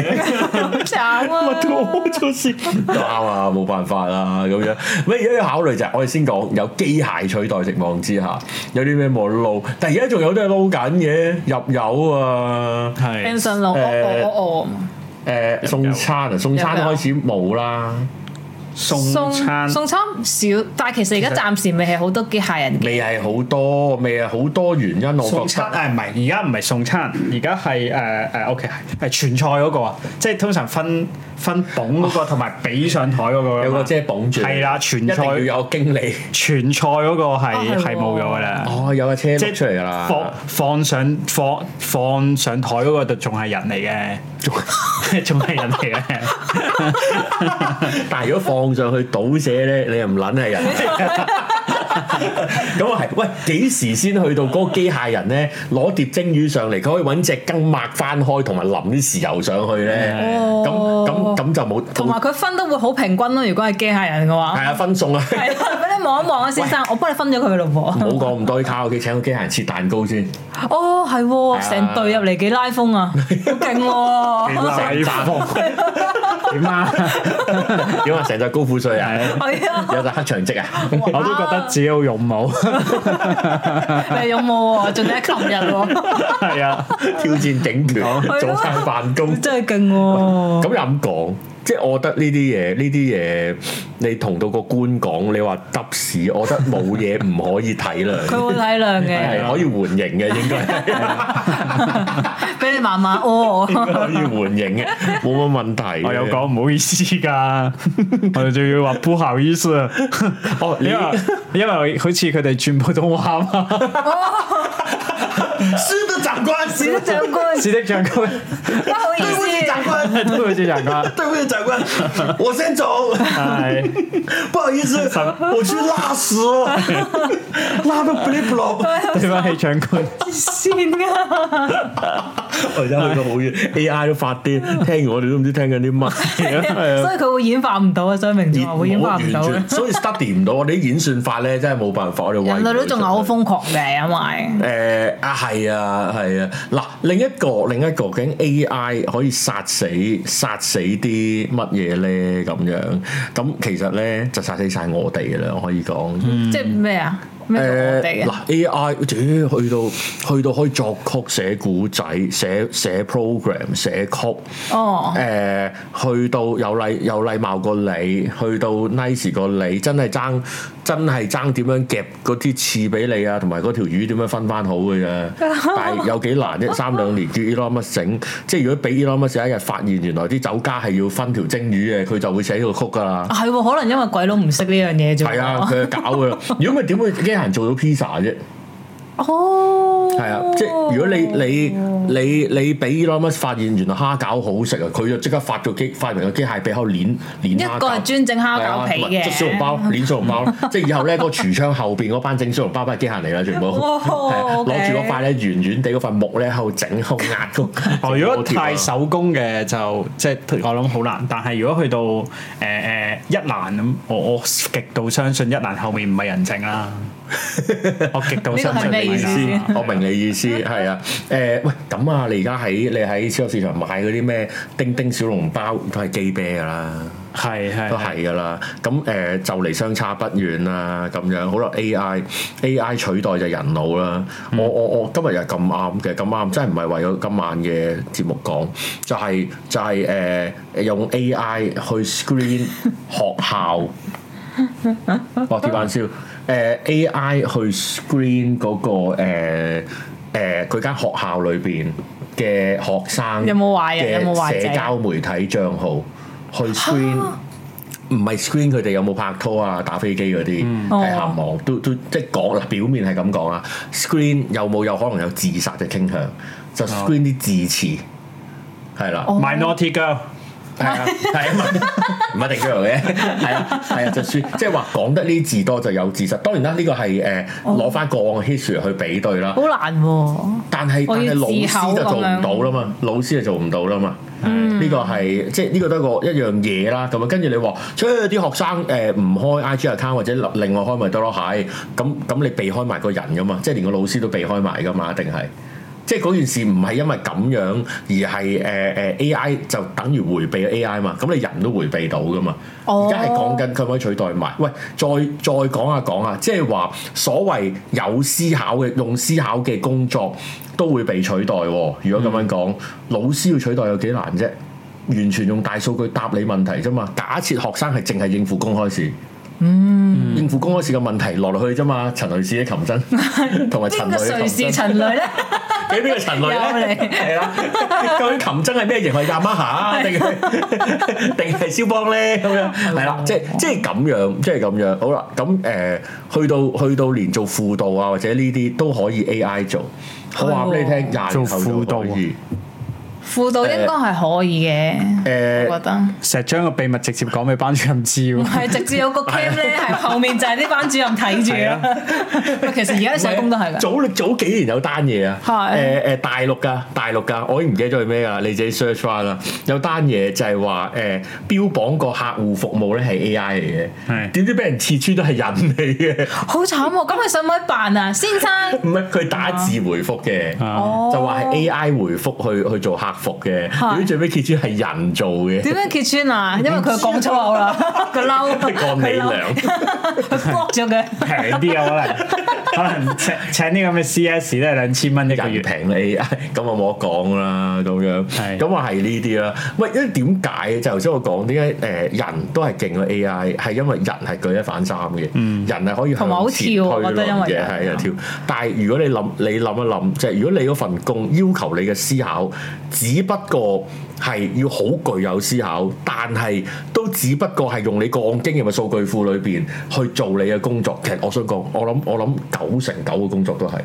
Speaker 3: 慘 啊！
Speaker 1: 我做事
Speaker 2: 啱啊，冇辦法啦咁樣。喂，而家要考慮就係、我哋先講有機械取代食網之下，有啲咩冇得撈，但係而家仲有啲係撈緊嘅，入油啊，
Speaker 1: 係
Speaker 3: Benson 路，我我我我
Speaker 2: 誒、送餐啊，送餐
Speaker 3: 入油
Speaker 2: 開始冇啦，
Speaker 1: 送餐
Speaker 3: 送餐少，但係其實而家暫時未係好多機械人嘅。
Speaker 2: 未係好多，未係好多原因，我
Speaker 1: 送
Speaker 2: 覺
Speaker 1: 餐
Speaker 2: 得。
Speaker 1: 啊誒唔係，而家唔係送餐，而家係誒誒 OK 係係傳菜嗰個啊，即係通常分分捧嗰個同埋俾上台嗰個。
Speaker 2: 哦
Speaker 1: 啊
Speaker 2: 有個遮綁住，
Speaker 1: 係啦
Speaker 2: 一
Speaker 1: 傳
Speaker 2: 定
Speaker 1: 菜
Speaker 2: 要有經理。
Speaker 1: 傳菜嗰個係
Speaker 3: 哦係喎
Speaker 1: 係冇咗㗎啦，
Speaker 2: 哦，有架車碌
Speaker 1: 即係
Speaker 2: 出嚟㗎啦，
Speaker 1: 放放上放放上台嗰個就仲係人嚟 嘅，仲係人嚟嘅，
Speaker 2: 但係如果放上去倒瀉咧，你又唔撚 係人。咁啊係，喂，幾時先去到嗰個機械人咧？攞碟蒸魚上嚟，佢可以揾隻羹抹翻開，同埋淋啲豉油上去咧。咁咁咁就冇
Speaker 3: 哦同埋佢分都會好平均咯。如果係機械人嘅話，
Speaker 2: 係啊分餸啊！
Speaker 3: 係啊，俾你望一望啊，先生，我幫你分咗佢嘅咯
Speaker 2: 唔好講咁多，卡拉 OK 請個機械人切蛋糕先，
Speaker 3: 喎。哦，係
Speaker 2: 係
Speaker 3: 喎，
Speaker 2: 啊
Speaker 3: 成隊入嚟幾拉風啊，好勁喎！
Speaker 1: 禮服 點 啊？
Speaker 2: 點啊？成隻高富帥啊，
Speaker 1: 係
Speaker 3: 係啊，
Speaker 2: 有隻黑長直啊！
Speaker 1: 我都覺得自己好勇武，
Speaker 3: 你有冇喎？啊仲有琴日 喎，
Speaker 1: 係啊，
Speaker 2: 挑戰警權，
Speaker 3: 咯
Speaker 2: 早餐辦公。
Speaker 3: 真係勁喎！
Speaker 2: 咁又咁講，即係我覺得呢啲嘢，呢啲嘢你同到個官講，你話執屎，我覺得冇嘢唔可以體
Speaker 3: 佢
Speaker 2: 諒，
Speaker 3: 會體諒嘅，
Speaker 2: 係可以緩刑嘅，應 該
Speaker 3: 俾你慢 慢屙。哦
Speaker 2: 應該可以緩刑嘅，冇乜問題嘅。
Speaker 1: 我啊有講唔好意思㗎， 我仲要話不好意思，
Speaker 2: 哦，你
Speaker 1: 因 為因為好似佢哋轉普通話嘛，
Speaker 2: 輸得習慣
Speaker 3: 小
Speaker 2: 先，
Speaker 3: 長官，
Speaker 1: 是的長官，
Speaker 3: 不好意思，
Speaker 2: 官，
Speaker 1: 都好似長 官，
Speaker 2: 對不起長官，我先走，
Speaker 1: 係。
Speaker 2: 不好意思，我去拉屎，拉到 blip blop。
Speaker 1: 對翻氣唱官，
Speaker 3: 先啊！
Speaker 2: 我而家去到好遠，AI 都發癲，聽完我哋都唔知聽緊啲乜。
Speaker 3: 所以佢會演化唔到啊，所以明
Speaker 2: 演
Speaker 3: 白會演化唔到
Speaker 2: 嗯冇
Speaker 3: 嘅
Speaker 2: 完全。所以 study 唔到，我哋啲演算法咧真係冇辦法，我哋為
Speaker 3: 人類都仲係好
Speaker 2: 有
Speaker 3: 瘋狂嘅，因為
Speaker 2: 誒啊係啊係啊嗱，另一個另一個究竟 AI 可以殺死殺死啲乜嘢咧？咁樣咁其實咧就殺死晒我哋嘅啦，我可以講。
Speaker 3: 即係咩啊？咩叫我哋嘅
Speaker 2: 嗯誒嗱 AI，屌去到去到可以作曲、寫古仔、寫寫 program、寫曲。
Speaker 3: 哦
Speaker 2: 誒、，呃去到有禮有禮貌過你，去到 nice 過你，真係爭真係爭點樣夾嗰啲刺俾你啊，同埋嗰條魚點樣分翻好嘅啫。但係有幾難啫？三兩年叫 Elon Musk 整，即係如果俾 Elon Musk 有一日發現原來啲酒家係要分條蒸魚嘅，佢就會寫呢個曲㗎啦。
Speaker 3: 啊
Speaker 2: 啊
Speaker 3: 係喎，可能因為鬼佬唔識呢樣嘢啫喎。
Speaker 2: 係啊，佢就搞㗎啦。如果唔係點會機械人做到 pizza 啫？
Speaker 3: 哦，
Speaker 2: 係啊，即係如果你你你你俾 Elon Musk 發現原來蝦餃好食啊，佢就即刻發個機發明個機械俾喺度攣攣
Speaker 3: 一
Speaker 2: 蝦
Speaker 3: 個係
Speaker 2: 餃。
Speaker 3: 專整蝦
Speaker 2: 係
Speaker 3: 餃
Speaker 2: 啊
Speaker 3: 皮嘅，
Speaker 2: 即係小籠包，攣小籠包 咯。即係以後咧，嗰個櫥窗後邊嗰班整小籠包都係機械嚟啦，全部
Speaker 3: 哇
Speaker 2: 係啊攞
Speaker 3: 哦 OK
Speaker 2: 住嗰塊咧圓圓地嗰塊木咧喺度整，喺度壓個。
Speaker 1: 哦，如果太
Speaker 2: 手
Speaker 1: 手工嘅就即係我諗好難，但係如果去到誒誒、一蘭咁，我我極度相信一蘭後面唔係人情 啦，我極度相信
Speaker 3: 呢個係咩意思
Speaker 1: 係啦
Speaker 2: 我明你意思，係啊，誒、喂，咁啊，你而家喺你喺超級市場買嗰啲咩叮叮小籠包都係機啤噶啦，
Speaker 1: 係
Speaker 2: 都
Speaker 1: 係
Speaker 2: 係噶啦，咁誒、就嚟相差不遠啦，咁樣好啦，AI AI 取代就人腦啦，
Speaker 3: 嗯
Speaker 2: 我我我今日又係咁啱嘅，咁啱真係唔係為咗今晚嘅節目講，就係、就係、誒、用 AI 去 screen 學校。哇！鐵板燒，誒、AI 去 screen 嗰、個誒誒佢間學校裏邊嘅學生
Speaker 3: 有冇壞人
Speaker 2: 嘅
Speaker 3: 有冇壞仔啊
Speaker 2: 社交媒體帳號去 screen。唔係 screen 佢哋有冇拍拖啊、打飛機嗰啲，睇下網都都即係講嗱，表面係咁講啊。screen 有冇有可能有自殺嘅傾向？就 screen 啲字詞，係啦。
Speaker 1: 哦 minority girl。
Speaker 2: 係啊，係 啊，唔一定 girl 嘅，係啊，係啊，就算即係話講得呢啲字多就有自殺。當然啦，呢個係誒攞翻個案嘅 history 去比對啦。
Speaker 3: 好難喎。
Speaker 2: 但係
Speaker 3: 我
Speaker 2: 但
Speaker 3: 要
Speaker 2: 係老
Speaker 3: 自口
Speaker 2: 師就做
Speaker 3: 咁
Speaker 2: 唔
Speaker 3: 樣
Speaker 2: 到啦嘛，老師就做唔到啦嘛。呢個係即係呢個都係一個一樣嘢啦。咁啊，跟住你話，即係啲學生誒唔開 I G account 或者另外開咪得咯，係咁咁你避開埋個人噶嘛，即係連個老師都避開埋噶嘛，一定係。即係嗰件事唔係因為咁樣，而係誒誒 AI 就等於迴避 AI 嘛，咁你人都迴避到噶嘛。
Speaker 3: 哦
Speaker 2: 而家係講緊佢可唔可以取代埋？喂，再再講下講下，即係話所謂有思考嘅用思考嘅工作都會被取代喎。如果咁
Speaker 3: 嗯
Speaker 2: 樣講，老師要取代有幾難啫？完全用大數據答你問題啫嘛。假設學生係淨係應付公開試。嗯，應付公開試嘅問題落落去啫嘛，陳女士嘅琴 真同埋陳
Speaker 3: 邊
Speaker 2: 女
Speaker 3: 個
Speaker 2: 嘅
Speaker 3: 誰
Speaker 2: 琴
Speaker 3: 是
Speaker 2: 真
Speaker 3: 陳女 咧？
Speaker 2: 俾邊個陳類咧？
Speaker 3: 又嚟
Speaker 2: 係啦，究竟琴真係咩型？係亞馬哈啊定係定係肖 邦咧？咁樣係啦，即係即係咁樣，即係咁樣。好啦，咁誒、呃去到去到連做輔導啊，或者呢啲都可以 AI 做。我話俾你聽，廿年後
Speaker 1: 做輔
Speaker 2: 就
Speaker 1: 導啊
Speaker 2: 可以。
Speaker 3: 輔導應該係可以嘅，
Speaker 2: 誒、
Speaker 3: 我覺得。
Speaker 1: 成日將個秘密直接講俾班主任知喎。
Speaker 3: 係直接有
Speaker 2: 啊
Speaker 3: 個 cam 咧，係後面就係啲班主任睇住
Speaker 1: 係啊
Speaker 3: 啦。喂其實而家啲社工都係㗎。
Speaker 2: 早早幾年有單嘢啊，誒誒、
Speaker 3: 係
Speaker 2: 大陸㗎，大陸㗎，我已經唔記得咗係咩㗎啦，你自己 search 翻啦。有單嘢就係話誒標榜個客戶服務咧係 AI 嚟嘅，
Speaker 1: 係
Speaker 2: 點知俾人刺穿都係人嚟 嘅，
Speaker 3: 好慘喎！咁你使唔使扮啊，先 生？
Speaker 2: 唔係佢打字回覆嘅。
Speaker 1: 啊
Speaker 2: 就話係 AI 回覆去去做客服嘅，
Speaker 3: 哦係
Speaker 2: 如果最尾揭穿係人做 嘅，
Speaker 3: 點樣揭穿啊？因為佢講粗口 啦，佢嬲，
Speaker 2: 個你
Speaker 3: 佢嬲，
Speaker 2: 娘
Speaker 3: 佢 block 咗佢。
Speaker 1: 平啲啊， 可能可能請請啲咁嘅 CS 都係兩千蚊一個
Speaker 2: 人
Speaker 1: 月。
Speaker 2: 平你，咁我啊冇得講啦，咁樣，
Speaker 1: 係
Speaker 2: 咁啊話係呢啲啦。喂，因為點解就頭先我講點解誒人都係勁過 AI，係因為人係舉一反三嘅，
Speaker 1: 嗯
Speaker 2: 人係可以
Speaker 3: 同埋好
Speaker 2: 向前推
Speaker 3: 跳我覺得因
Speaker 2: 論
Speaker 3: 為
Speaker 2: 嘅，
Speaker 3: 人
Speaker 2: 係啊跳。但係如果你諗你諗一諗，即係如果你嗰份工要求你嘅思考，只不過係要好具有思考，但係都只不過係用你個案經驗嘅數據庫裏邊去做你嘅工作。其實我想講，我諗我諗九成九嘅工作都係。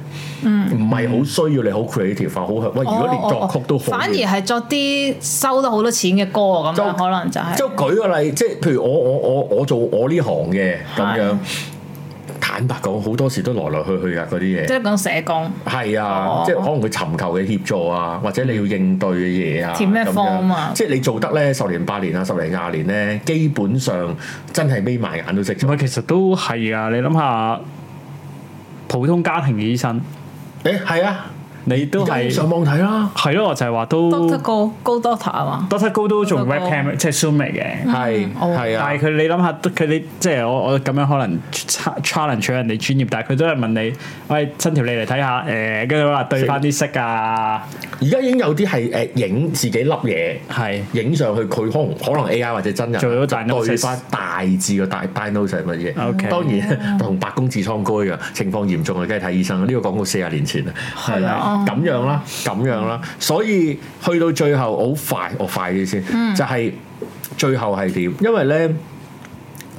Speaker 2: 唔係好需要你好 creative 啊，好喂，如果連作曲都
Speaker 3: 哦哦哦反
Speaker 2: 可
Speaker 3: 而
Speaker 2: 以。
Speaker 3: 係作啲收得好多錢嘅歌啊咁
Speaker 2: 就
Speaker 3: 樣，可能就係、
Speaker 2: 即係舉個例，即係譬如我我我我做我呢行嘅咁樣，坦白講，好多時都來來去去啊嗰啲
Speaker 3: 即係
Speaker 2: 嘢。
Speaker 3: 講社工
Speaker 2: 係啊
Speaker 3: 哦，
Speaker 2: 即係可能佢尋求嘅協助啊，或者你要應對嘅嘢啊，
Speaker 3: 填咩
Speaker 2: 咁樣
Speaker 3: form 啊
Speaker 2: 即係你做得咧十年八年啊，十零廿年咧，基本上真係眯埋眼都識
Speaker 1: 唔
Speaker 2: 做。
Speaker 1: 係，其實都係啊！你諗下，普通家庭嘅醫生，
Speaker 2: 誒係啊，
Speaker 1: 你都
Speaker 2: 而家上
Speaker 1: 係
Speaker 2: 網睇啦，
Speaker 1: 係咯，我就係話都
Speaker 3: doctor 高高 doctor 啊嘛，
Speaker 1: Doctor 高都做
Speaker 3: Doctor Go
Speaker 1: webcam，即係 Zoom 嚟嘅。
Speaker 2: 係
Speaker 3: 哦
Speaker 2: 係
Speaker 1: 但
Speaker 2: 啊
Speaker 1: 係。佢你諗下，佢哋即係我我咁樣可能 cha- challenge 咗人哋專業，但係佢都係問你，喂，伸條脷嚟睇下，誒，跟住話對翻啲色啊，
Speaker 2: 而家已經有啲係誒影自己粒嘢。
Speaker 1: 係
Speaker 2: 影上去佢可能可能 AI 或者真人
Speaker 1: 做咗
Speaker 2: 就
Speaker 1: diagnosis
Speaker 2: 對翻大致個大 diagnose 係乜 嘢
Speaker 1: OK
Speaker 2: 當然同白宮痔瘡膏一樣，情況嚴重啊，梗係睇醫生啦。呢、個廣告四十年前啊，係啦
Speaker 3: 啊，
Speaker 2: 咁樣啦，咁樣啦，所以去到最後好快，我快啲先，就係最後係點？因為咧，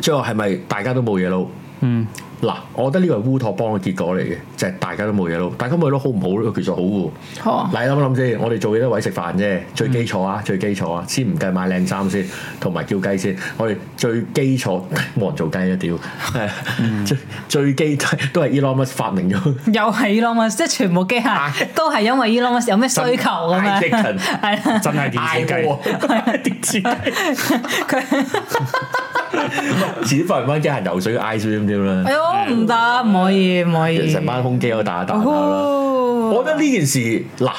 Speaker 2: 最後係咪大家都冇嘢撈？
Speaker 1: 嗯，
Speaker 2: 嗱，我覺得呢個係烏托邦嘅結果嚟嘅，就係、大家都冇嘢撈，大家冇嘢撈好唔好呢個其實好喎。
Speaker 3: 哦
Speaker 2: 嗱，你諗一諗先，我哋做嘢都為食飯啫，最基礎啊，最基礎啊，先唔計買靚衫先，同埋叫雞先。我哋最基礎冇人做雞啊屌，係 最最基都係 Elon Musk 發明咗。
Speaker 3: 又係 Elon Musk，即係全部機
Speaker 2: 啊
Speaker 3: 械都係因為 Elon Musk 有咩需求咁
Speaker 2: 嗌隻
Speaker 3: 樣，
Speaker 2: 人
Speaker 3: 係啊啦，
Speaker 1: 真係電視
Speaker 2: 嗌
Speaker 1: 雞
Speaker 2: 我，
Speaker 1: 電視雞。
Speaker 2: 自己發明翻機人游水嘅 I 點點啦
Speaker 3: 哎，呦唔得，唔可以，唔可以，
Speaker 1: 啊
Speaker 2: 成班胸肌喺度打打下啦。
Speaker 3: 哎哦
Speaker 2: 我覺得呢件事嗱，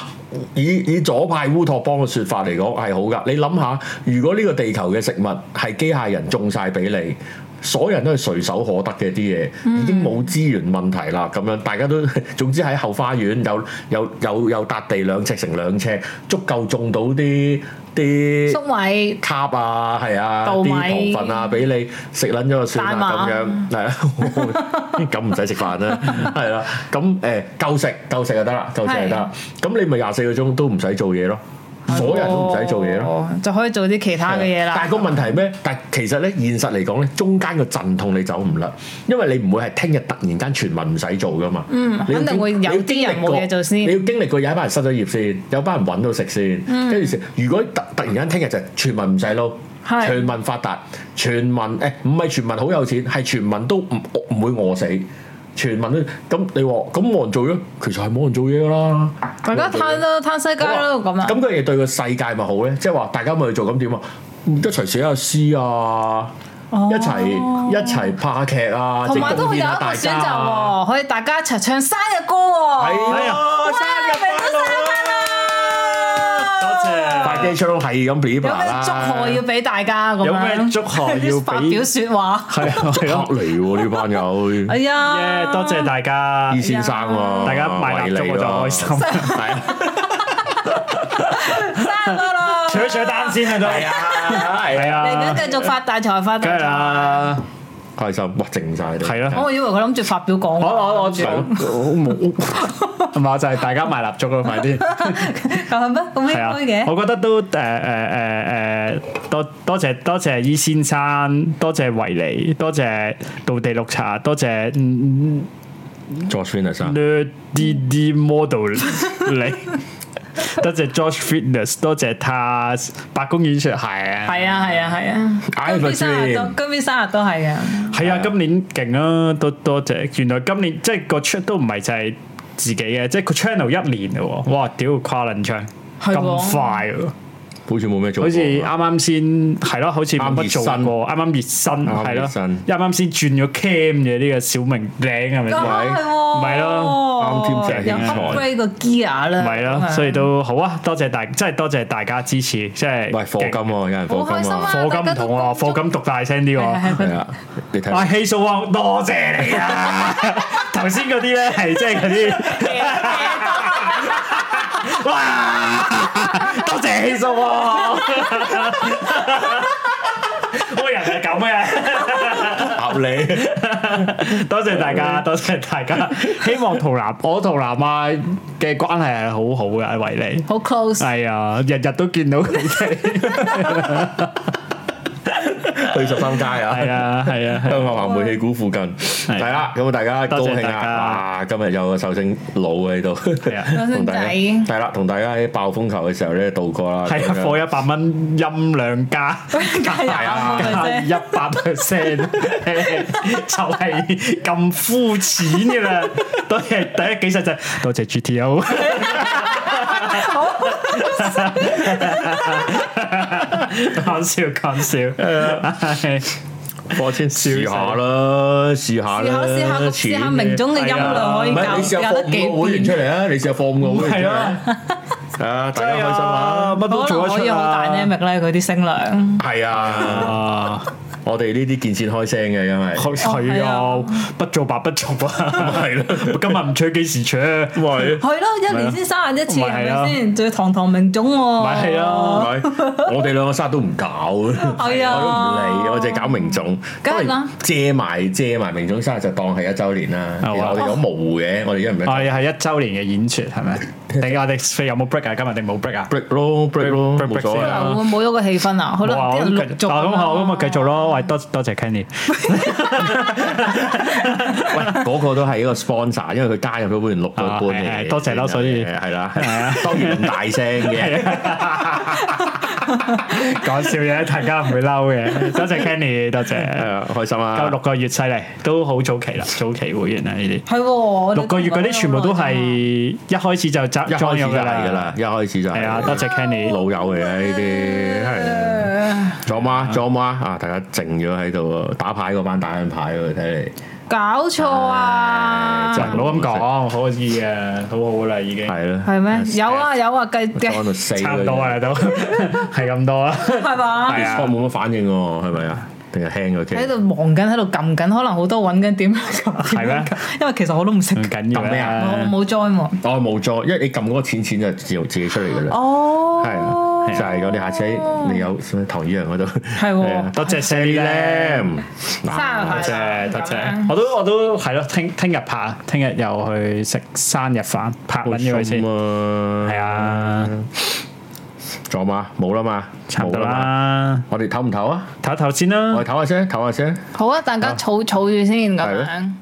Speaker 2: 以以左派烏托邦嘅説法嚟講係好噶。你諗下，如果呢個地球嘅食物係機械人種晒俾你。所有人都係隨手可得嘅啲嘢，已經冇資源問題啦。咁樣大家都 總之喺後花園有有有有笪地兩尺乘兩尺，足夠種到啲啲
Speaker 3: 粟米
Speaker 2: 卡啊，係啊，
Speaker 3: 稻米
Speaker 2: 啲糖分啊，俾你食撚咗就算啦，咁
Speaker 3: 大
Speaker 2: 樣 係啊，咁唔使食飯啦，係啦，咁誒夠食夠食就得啦，夠食就得啦，咁你咪廿四個鐘都唔使做嘢咯，所有人都唔使做嘢咯。
Speaker 3: 咯，哦就可以做啲其他嘅嘢啦。
Speaker 2: 但係個問題係咩？但係其實咧，現實嚟講咧，中間個陣痛你走唔甩，因為你唔會係聽日突然間全民唔使做噶嘛。
Speaker 3: 嗯
Speaker 2: 你要
Speaker 3: 肯定
Speaker 2: 經
Speaker 3: 會有
Speaker 2: 你要經
Speaker 3: 啲人
Speaker 2: 歷過
Speaker 3: 冇嘢做先
Speaker 2: 你要經歷過有一班人失咗業先，有班人揾到食先，
Speaker 3: 嗯
Speaker 2: 跟住先。如果突突然間聽日就全民唔使撈，
Speaker 3: 係
Speaker 2: 全民發達，全民誒唔係全民好有錢，係全民都唔唔會餓死。全民都咁，你話咁冇人做嘢，其實係冇人做嘢噶啦。
Speaker 3: 大家攤咯，攤西街咯，咁啊，
Speaker 2: 咁佢哋對個世界咪好咧？即係話大家咪去做咁點啊？一齊寫下詩啊！
Speaker 3: 哦
Speaker 2: 一齊一齊拍下劇啊！
Speaker 3: 同埋
Speaker 2: 即係
Speaker 3: 都
Speaker 2: 貢
Speaker 3: 有一
Speaker 2: 獻下
Speaker 3: 個
Speaker 2: 大
Speaker 3: 選
Speaker 2: 家
Speaker 3: 擇
Speaker 2: 啊。
Speaker 3: 喎，可以大家一齊唱生日歌喎。
Speaker 2: 係
Speaker 1: 哎呀
Speaker 2: 啊！生日
Speaker 3: 明都生日
Speaker 2: 快
Speaker 3: 啦！
Speaker 1: 多謝
Speaker 2: 樂！快機槍係咁 b
Speaker 3: 有咩祝賀要俾大家咁樣？
Speaker 1: 有咩祝賀要俾
Speaker 3: 發表説話？
Speaker 1: 係啊，
Speaker 2: 黑嚟喎呢班友，
Speaker 3: 哎呀
Speaker 1: 耶！多謝大家
Speaker 2: 二，先生喎，
Speaker 1: 大家買蠟燭我就開心，
Speaker 2: 係啊，
Speaker 3: 生日快樂！
Speaker 1: 取取單先啊都
Speaker 2: 係啊，係
Speaker 1: 係
Speaker 2: 啊，
Speaker 3: 嚟緊
Speaker 1: 啊，
Speaker 3: 繼續發大財，發
Speaker 1: 梗
Speaker 3: 大
Speaker 1: 係
Speaker 3: 財。
Speaker 1: 啦，
Speaker 2: 開心，哇，靜晒你，
Speaker 1: 係 咯。
Speaker 3: 我以為佢諗住發表講
Speaker 1: 我
Speaker 3: 話，
Speaker 1: 我我我冇， 係嘛？啊就係大家賣 蠟燭咯，快啲！
Speaker 3: 係咩？咁
Speaker 1: 係啊
Speaker 3: 應該，嘅。
Speaker 1: 我覺得都誒誒誒誒，多多謝多謝伊先生，多謝維尼，多謝道地綠茶，多謝
Speaker 2: George Finnis
Speaker 1: Nerd D D Model 你，多謝 George Fitness，多謝 Tas 白公園雪鞋啊！
Speaker 3: 係啊係啊係啊！
Speaker 2: I have
Speaker 3: 今年
Speaker 2: a
Speaker 3: 生日都
Speaker 2: dream
Speaker 3: 今年生日都係嘅。
Speaker 1: 係
Speaker 2: 係啊
Speaker 1: 啊，今年勁啊，多多謝。原來今年即係個出都唔係就係自己嘅，即係個 channel 一年嘞喎。哇！屌跨輪唱
Speaker 3: 係喎
Speaker 1: 咁快喎，
Speaker 2: 好似冇咩做
Speaker 1: 好
Speaker 2: 過，
Speaker 1: 似啱啱先係咯，好似冇乜做
Speaker 2: 啱熱身
Speaker 1: 過，啱啱熱身
Speaker 2: 啱啱
Speaker 1: 係
Speaker 2: 熱
Speaker 1: 咯，
Speaker 2: 身
Speaker 1: 啱啱先轉咗 cam 嘅呢個小明領係咪先？
Speaker 3: 啊係喎，
Speaker 1: 咪咯
Speaker 2: 啱添就係
Speaker 3: 有
Speaker 2: 興財
Speaker 3: upgrade 個 gear 啦，
Speaker 1: 咪咯，所以都好啊！多謝大，真係多謝大家支持，即係
Speaker 2: 喂課金
Speaker 1: 勁
Speaker 2: 喎，有人
Speaker 3: 好
Speaker 2: 課
Speaker 3: 開
Speaker 2: 金
Speaker 3: 心
Speaker 2: 啊
Speaker 3: 啊！
Speaker 1: 課金唔同喎，課金讀大聲啲
Speaker 3: 係
Speaker 1: 喎。
Speaker 3: 係
Speaker 2: 係
Speaker 3: 係
Speaker 2: 啊，你睇
Speaker 1: 哇，希數啊，多謝你 啊！頭先嗰啲咧係即係嗰啲， 哇！多謝希數啊！我人啊係咁嘅，
Speaker 2: 合 理。
Speaker 1: 多謝大家，多謝大家。希望同南我同南亞嘅關係係好好嘅，維尼。
Speaker 3: 好 close，
Speaker 1: 係啊，日日都見到佢哋。
Speaker 2: 去十三街啊！
Speaker 1: 係啊，係啊，係啊
Speaker 2: 香港行煤氣股附近，係啦，咁啊大家高
Speaker 1: 多謝
Speaker 2: 興
Speaker 1: 大
Speaker 2: 啊！
Speaker 1: 家
Speaker 2: 哇，今日有個壽星佬喺度，
Speaker 1: 係啊。
Speaker 3: 有
Speaker 2: 同
Speaker 3: 星
Speaker 2: 大家
Speaker 3: 仔，
Speaker 2: 係啦，同大家喺爆風球嘅時候咧度過啦，
Speaker 1: 係啊，
Speaker 2: 咁樣
Speaker 1: 課一百蚊音量加
Speaker 3: 加油啊
Speaker 1: 加
Speaker 3: 咪
Speaker 1: 一
Speaker 3: 啫
Speaker 1: 百 percent，就係咁膚淺嘅啦。多謝第一幾實就多謝 GTO，講笑講笑，係
Speaker 2: 我先試下啦，試下
Speaker 3: 試
Speaker 2: 啦
Speaker 3: 下，試下試下
Speaker 2: 錢
Speaker 3: 明總嘅音量可以
Speaker 2: 唔係你
Speaker 3: 夠
Speaker 2: 試下
Speaker 3: 有
Speaker 2: 放
Speaker 3: 得
Speaker 2: 五個會員
Speaker 3: 幾
Speaker 2: 出
Speaker 3: 變，
Speaker 2: 嚟啊！你試下放五個會員出嚟
Speaker 1: 啊
Speaker 2: 啊，係啊，大家開心啊！
Speaker 1: 乜都
Speaker 3: 可
Speaker 1: 做
Speaker 3: 能
Speaker 1: 得
Speaker 3: 可以
Speaker 1: 出
Speaker 3: 好大
Speaker 1: 啊！
Speaker 3: dynamic 咧，佢啲聲量。
Speaker 2: 係啊，
Speaker 1: 啊，
Speaker 2: 我哋呢啲建設開聲嘅，因為
Speaker 1: 佢佢啊，不做白不做啊，係咯，今日唔取幾時取？
Speaker 2: 喂。
Speaker 3: 係咯，一年先生日一次，
Speaker 1: 咪
Speaker 3: 係
Speaker 1: 係啊
Speaker 3: 咪先？仲要堂堂明總喎，
Speaker 1: 咪係啊
Speaker 2: 係我哋兩個生日都唔搞，
Speaker 3: 係啊
Speaker 2: 我都唔理，我淨係搞明總，
Speaker 3: 梗係啦，
Speaker 2: 借埋借埋明總生日就當係一週年啦。
Speaker 1: 啊
Speaker 2: 其實我哋有模糊嘅，我哋一唔一
Speaker 1: 我哋係一週年嘅演出係咪？定我哋有冇 break 啊？今日定冇 break 啊？
Speaker 2: break 咯，break 咯，
Speaker 1: break- break
Speaker 2: 冇所謂
Speaker 1: 先
Speaker 2: 啊。
Speaker 1: 啦
Speaker 3: 會冇咗個氣氛啊？可能
Speaker 1: 哇
Speaker 3: 啲人陸
Speaker 1: 咁
Speaker 3: 續咁
Speaker 1: 咁
Speaker 3: 樣
Speaker 1: 好，咁咪繼續咯。喂，多多謝 Kenny。
Speaker 2: 喂，嗰個都係一個 sponsor，因為佢加入咗會員六個半
Speaker 1: 啊係
Speaker 2: 嚟
Speaker 1: 係
Speaker 2: 嘅，
Speaker 1: 多謝啊啦所以
Speaker 2: 係啦，當然唔大聲
Speaker 1: 啊
Speaker 2: 嘅，
Speaker 1: 講笑嘢，大家唔會嬲嘅。多謝 Kenny，多
Speaker 2: 係
Speaker 1: 謝。
Speaker 2: 啊，開心啊！
Speaker 1: 夠六個月犀利，都好早期啦，早期會員啦呢 啲。
Speaker 3: 係喎，
Speaker 1: 六個月嗰啲全部都係一開始就
Speaker 2: 一
Speaker 1: join
Speaker 2: 開始
Speaker 1: 咗㗎
Speaker 2: 就係
Speaker 1: 啦。
Speaker 2: 㗎啦，一開始就
Speaker 1: 係啊，
Speaker 2: 係
Speaker 1: 多謝 Kenny。
Speaker 2: 老友嚟嘅呢啲，係啊。仲有冇啊？仲有冇啊？啊！大家靜咗喺度打牌嗰班打緊牌喎，睇嚟
Speaker 3: 搞錯啊！
Speaker 1: 就唔好咁講，可以嘅，好好啦已經。
Speaker 2: 係咯，
Speaker 3: 係咩？有啊有啊，計
Speaker 2: 講
Speaker 3: 計
Speaker 2: 到四
Speaker 1: 差唔多啊， 都係咁多啦。
Speaker 3: 係嘛？
Speaker 1: 係啊
Speaker 2: 我冇乜反應喎，係咪啊？定係輕咗機？
Speaker 3: 喺度忙緊，喺度撳緊，可能好多揾緊點樣撳。
Speaker 1: 係咩？嗯
Speaker 3: 因為其實我都唔識
Speaker 1: 唔，緊要
Speaker 2: 撳咩
Speaker 3: 我
Speaker 2: 啊
Speaker 1: 啦。
Speaker 3: 冇 join 喎。
Speaker 2: 我哦冇咗，因為你撳嗰個錢錢就自自己出嚟㗎啦。
Speaker 3: 哦，
Speaker 2: 係啊，就係
Speaker 3: 嗰
Speaker 2: 我哋下次喺你有唐依陽嗰度， 係
Speaker 3: 喎
Speaker 2: 啊
Speaker 1: 多謝 Sally 咧。
Speaker 2: Lam，
Speaker 1: 多
Speaker 3: 生日快
Speaker 1: 謝
Speaker 3: 樂
Speaker 1: 多
Speaker 3: 咁
Speaker 1: 謝
Speaker 3: 樣，
Speaker 1: 我都我都係咯，聽聽日拍，聽日又去食生日飯，拍緊咗佢先，
Speaker 2: 啊
Speaker 1: 係，啊，
Speaker 2: 仲有嘛？冇啦嘛，
Speaker 1: 差唔多
Speaker 2: 冇嘛。
Speaker 1: 啦，
Speaker 2: 我哋唞唔唞啊？
Speaker 1: 唞一唞先啦
Speaker 2: 我哋。唞下先，唞下先。
Speaker 1: 啊
Speaker 3: 好啊！大家儲儲住先咁
Speaker 2: 係
Speaker 3: 樣。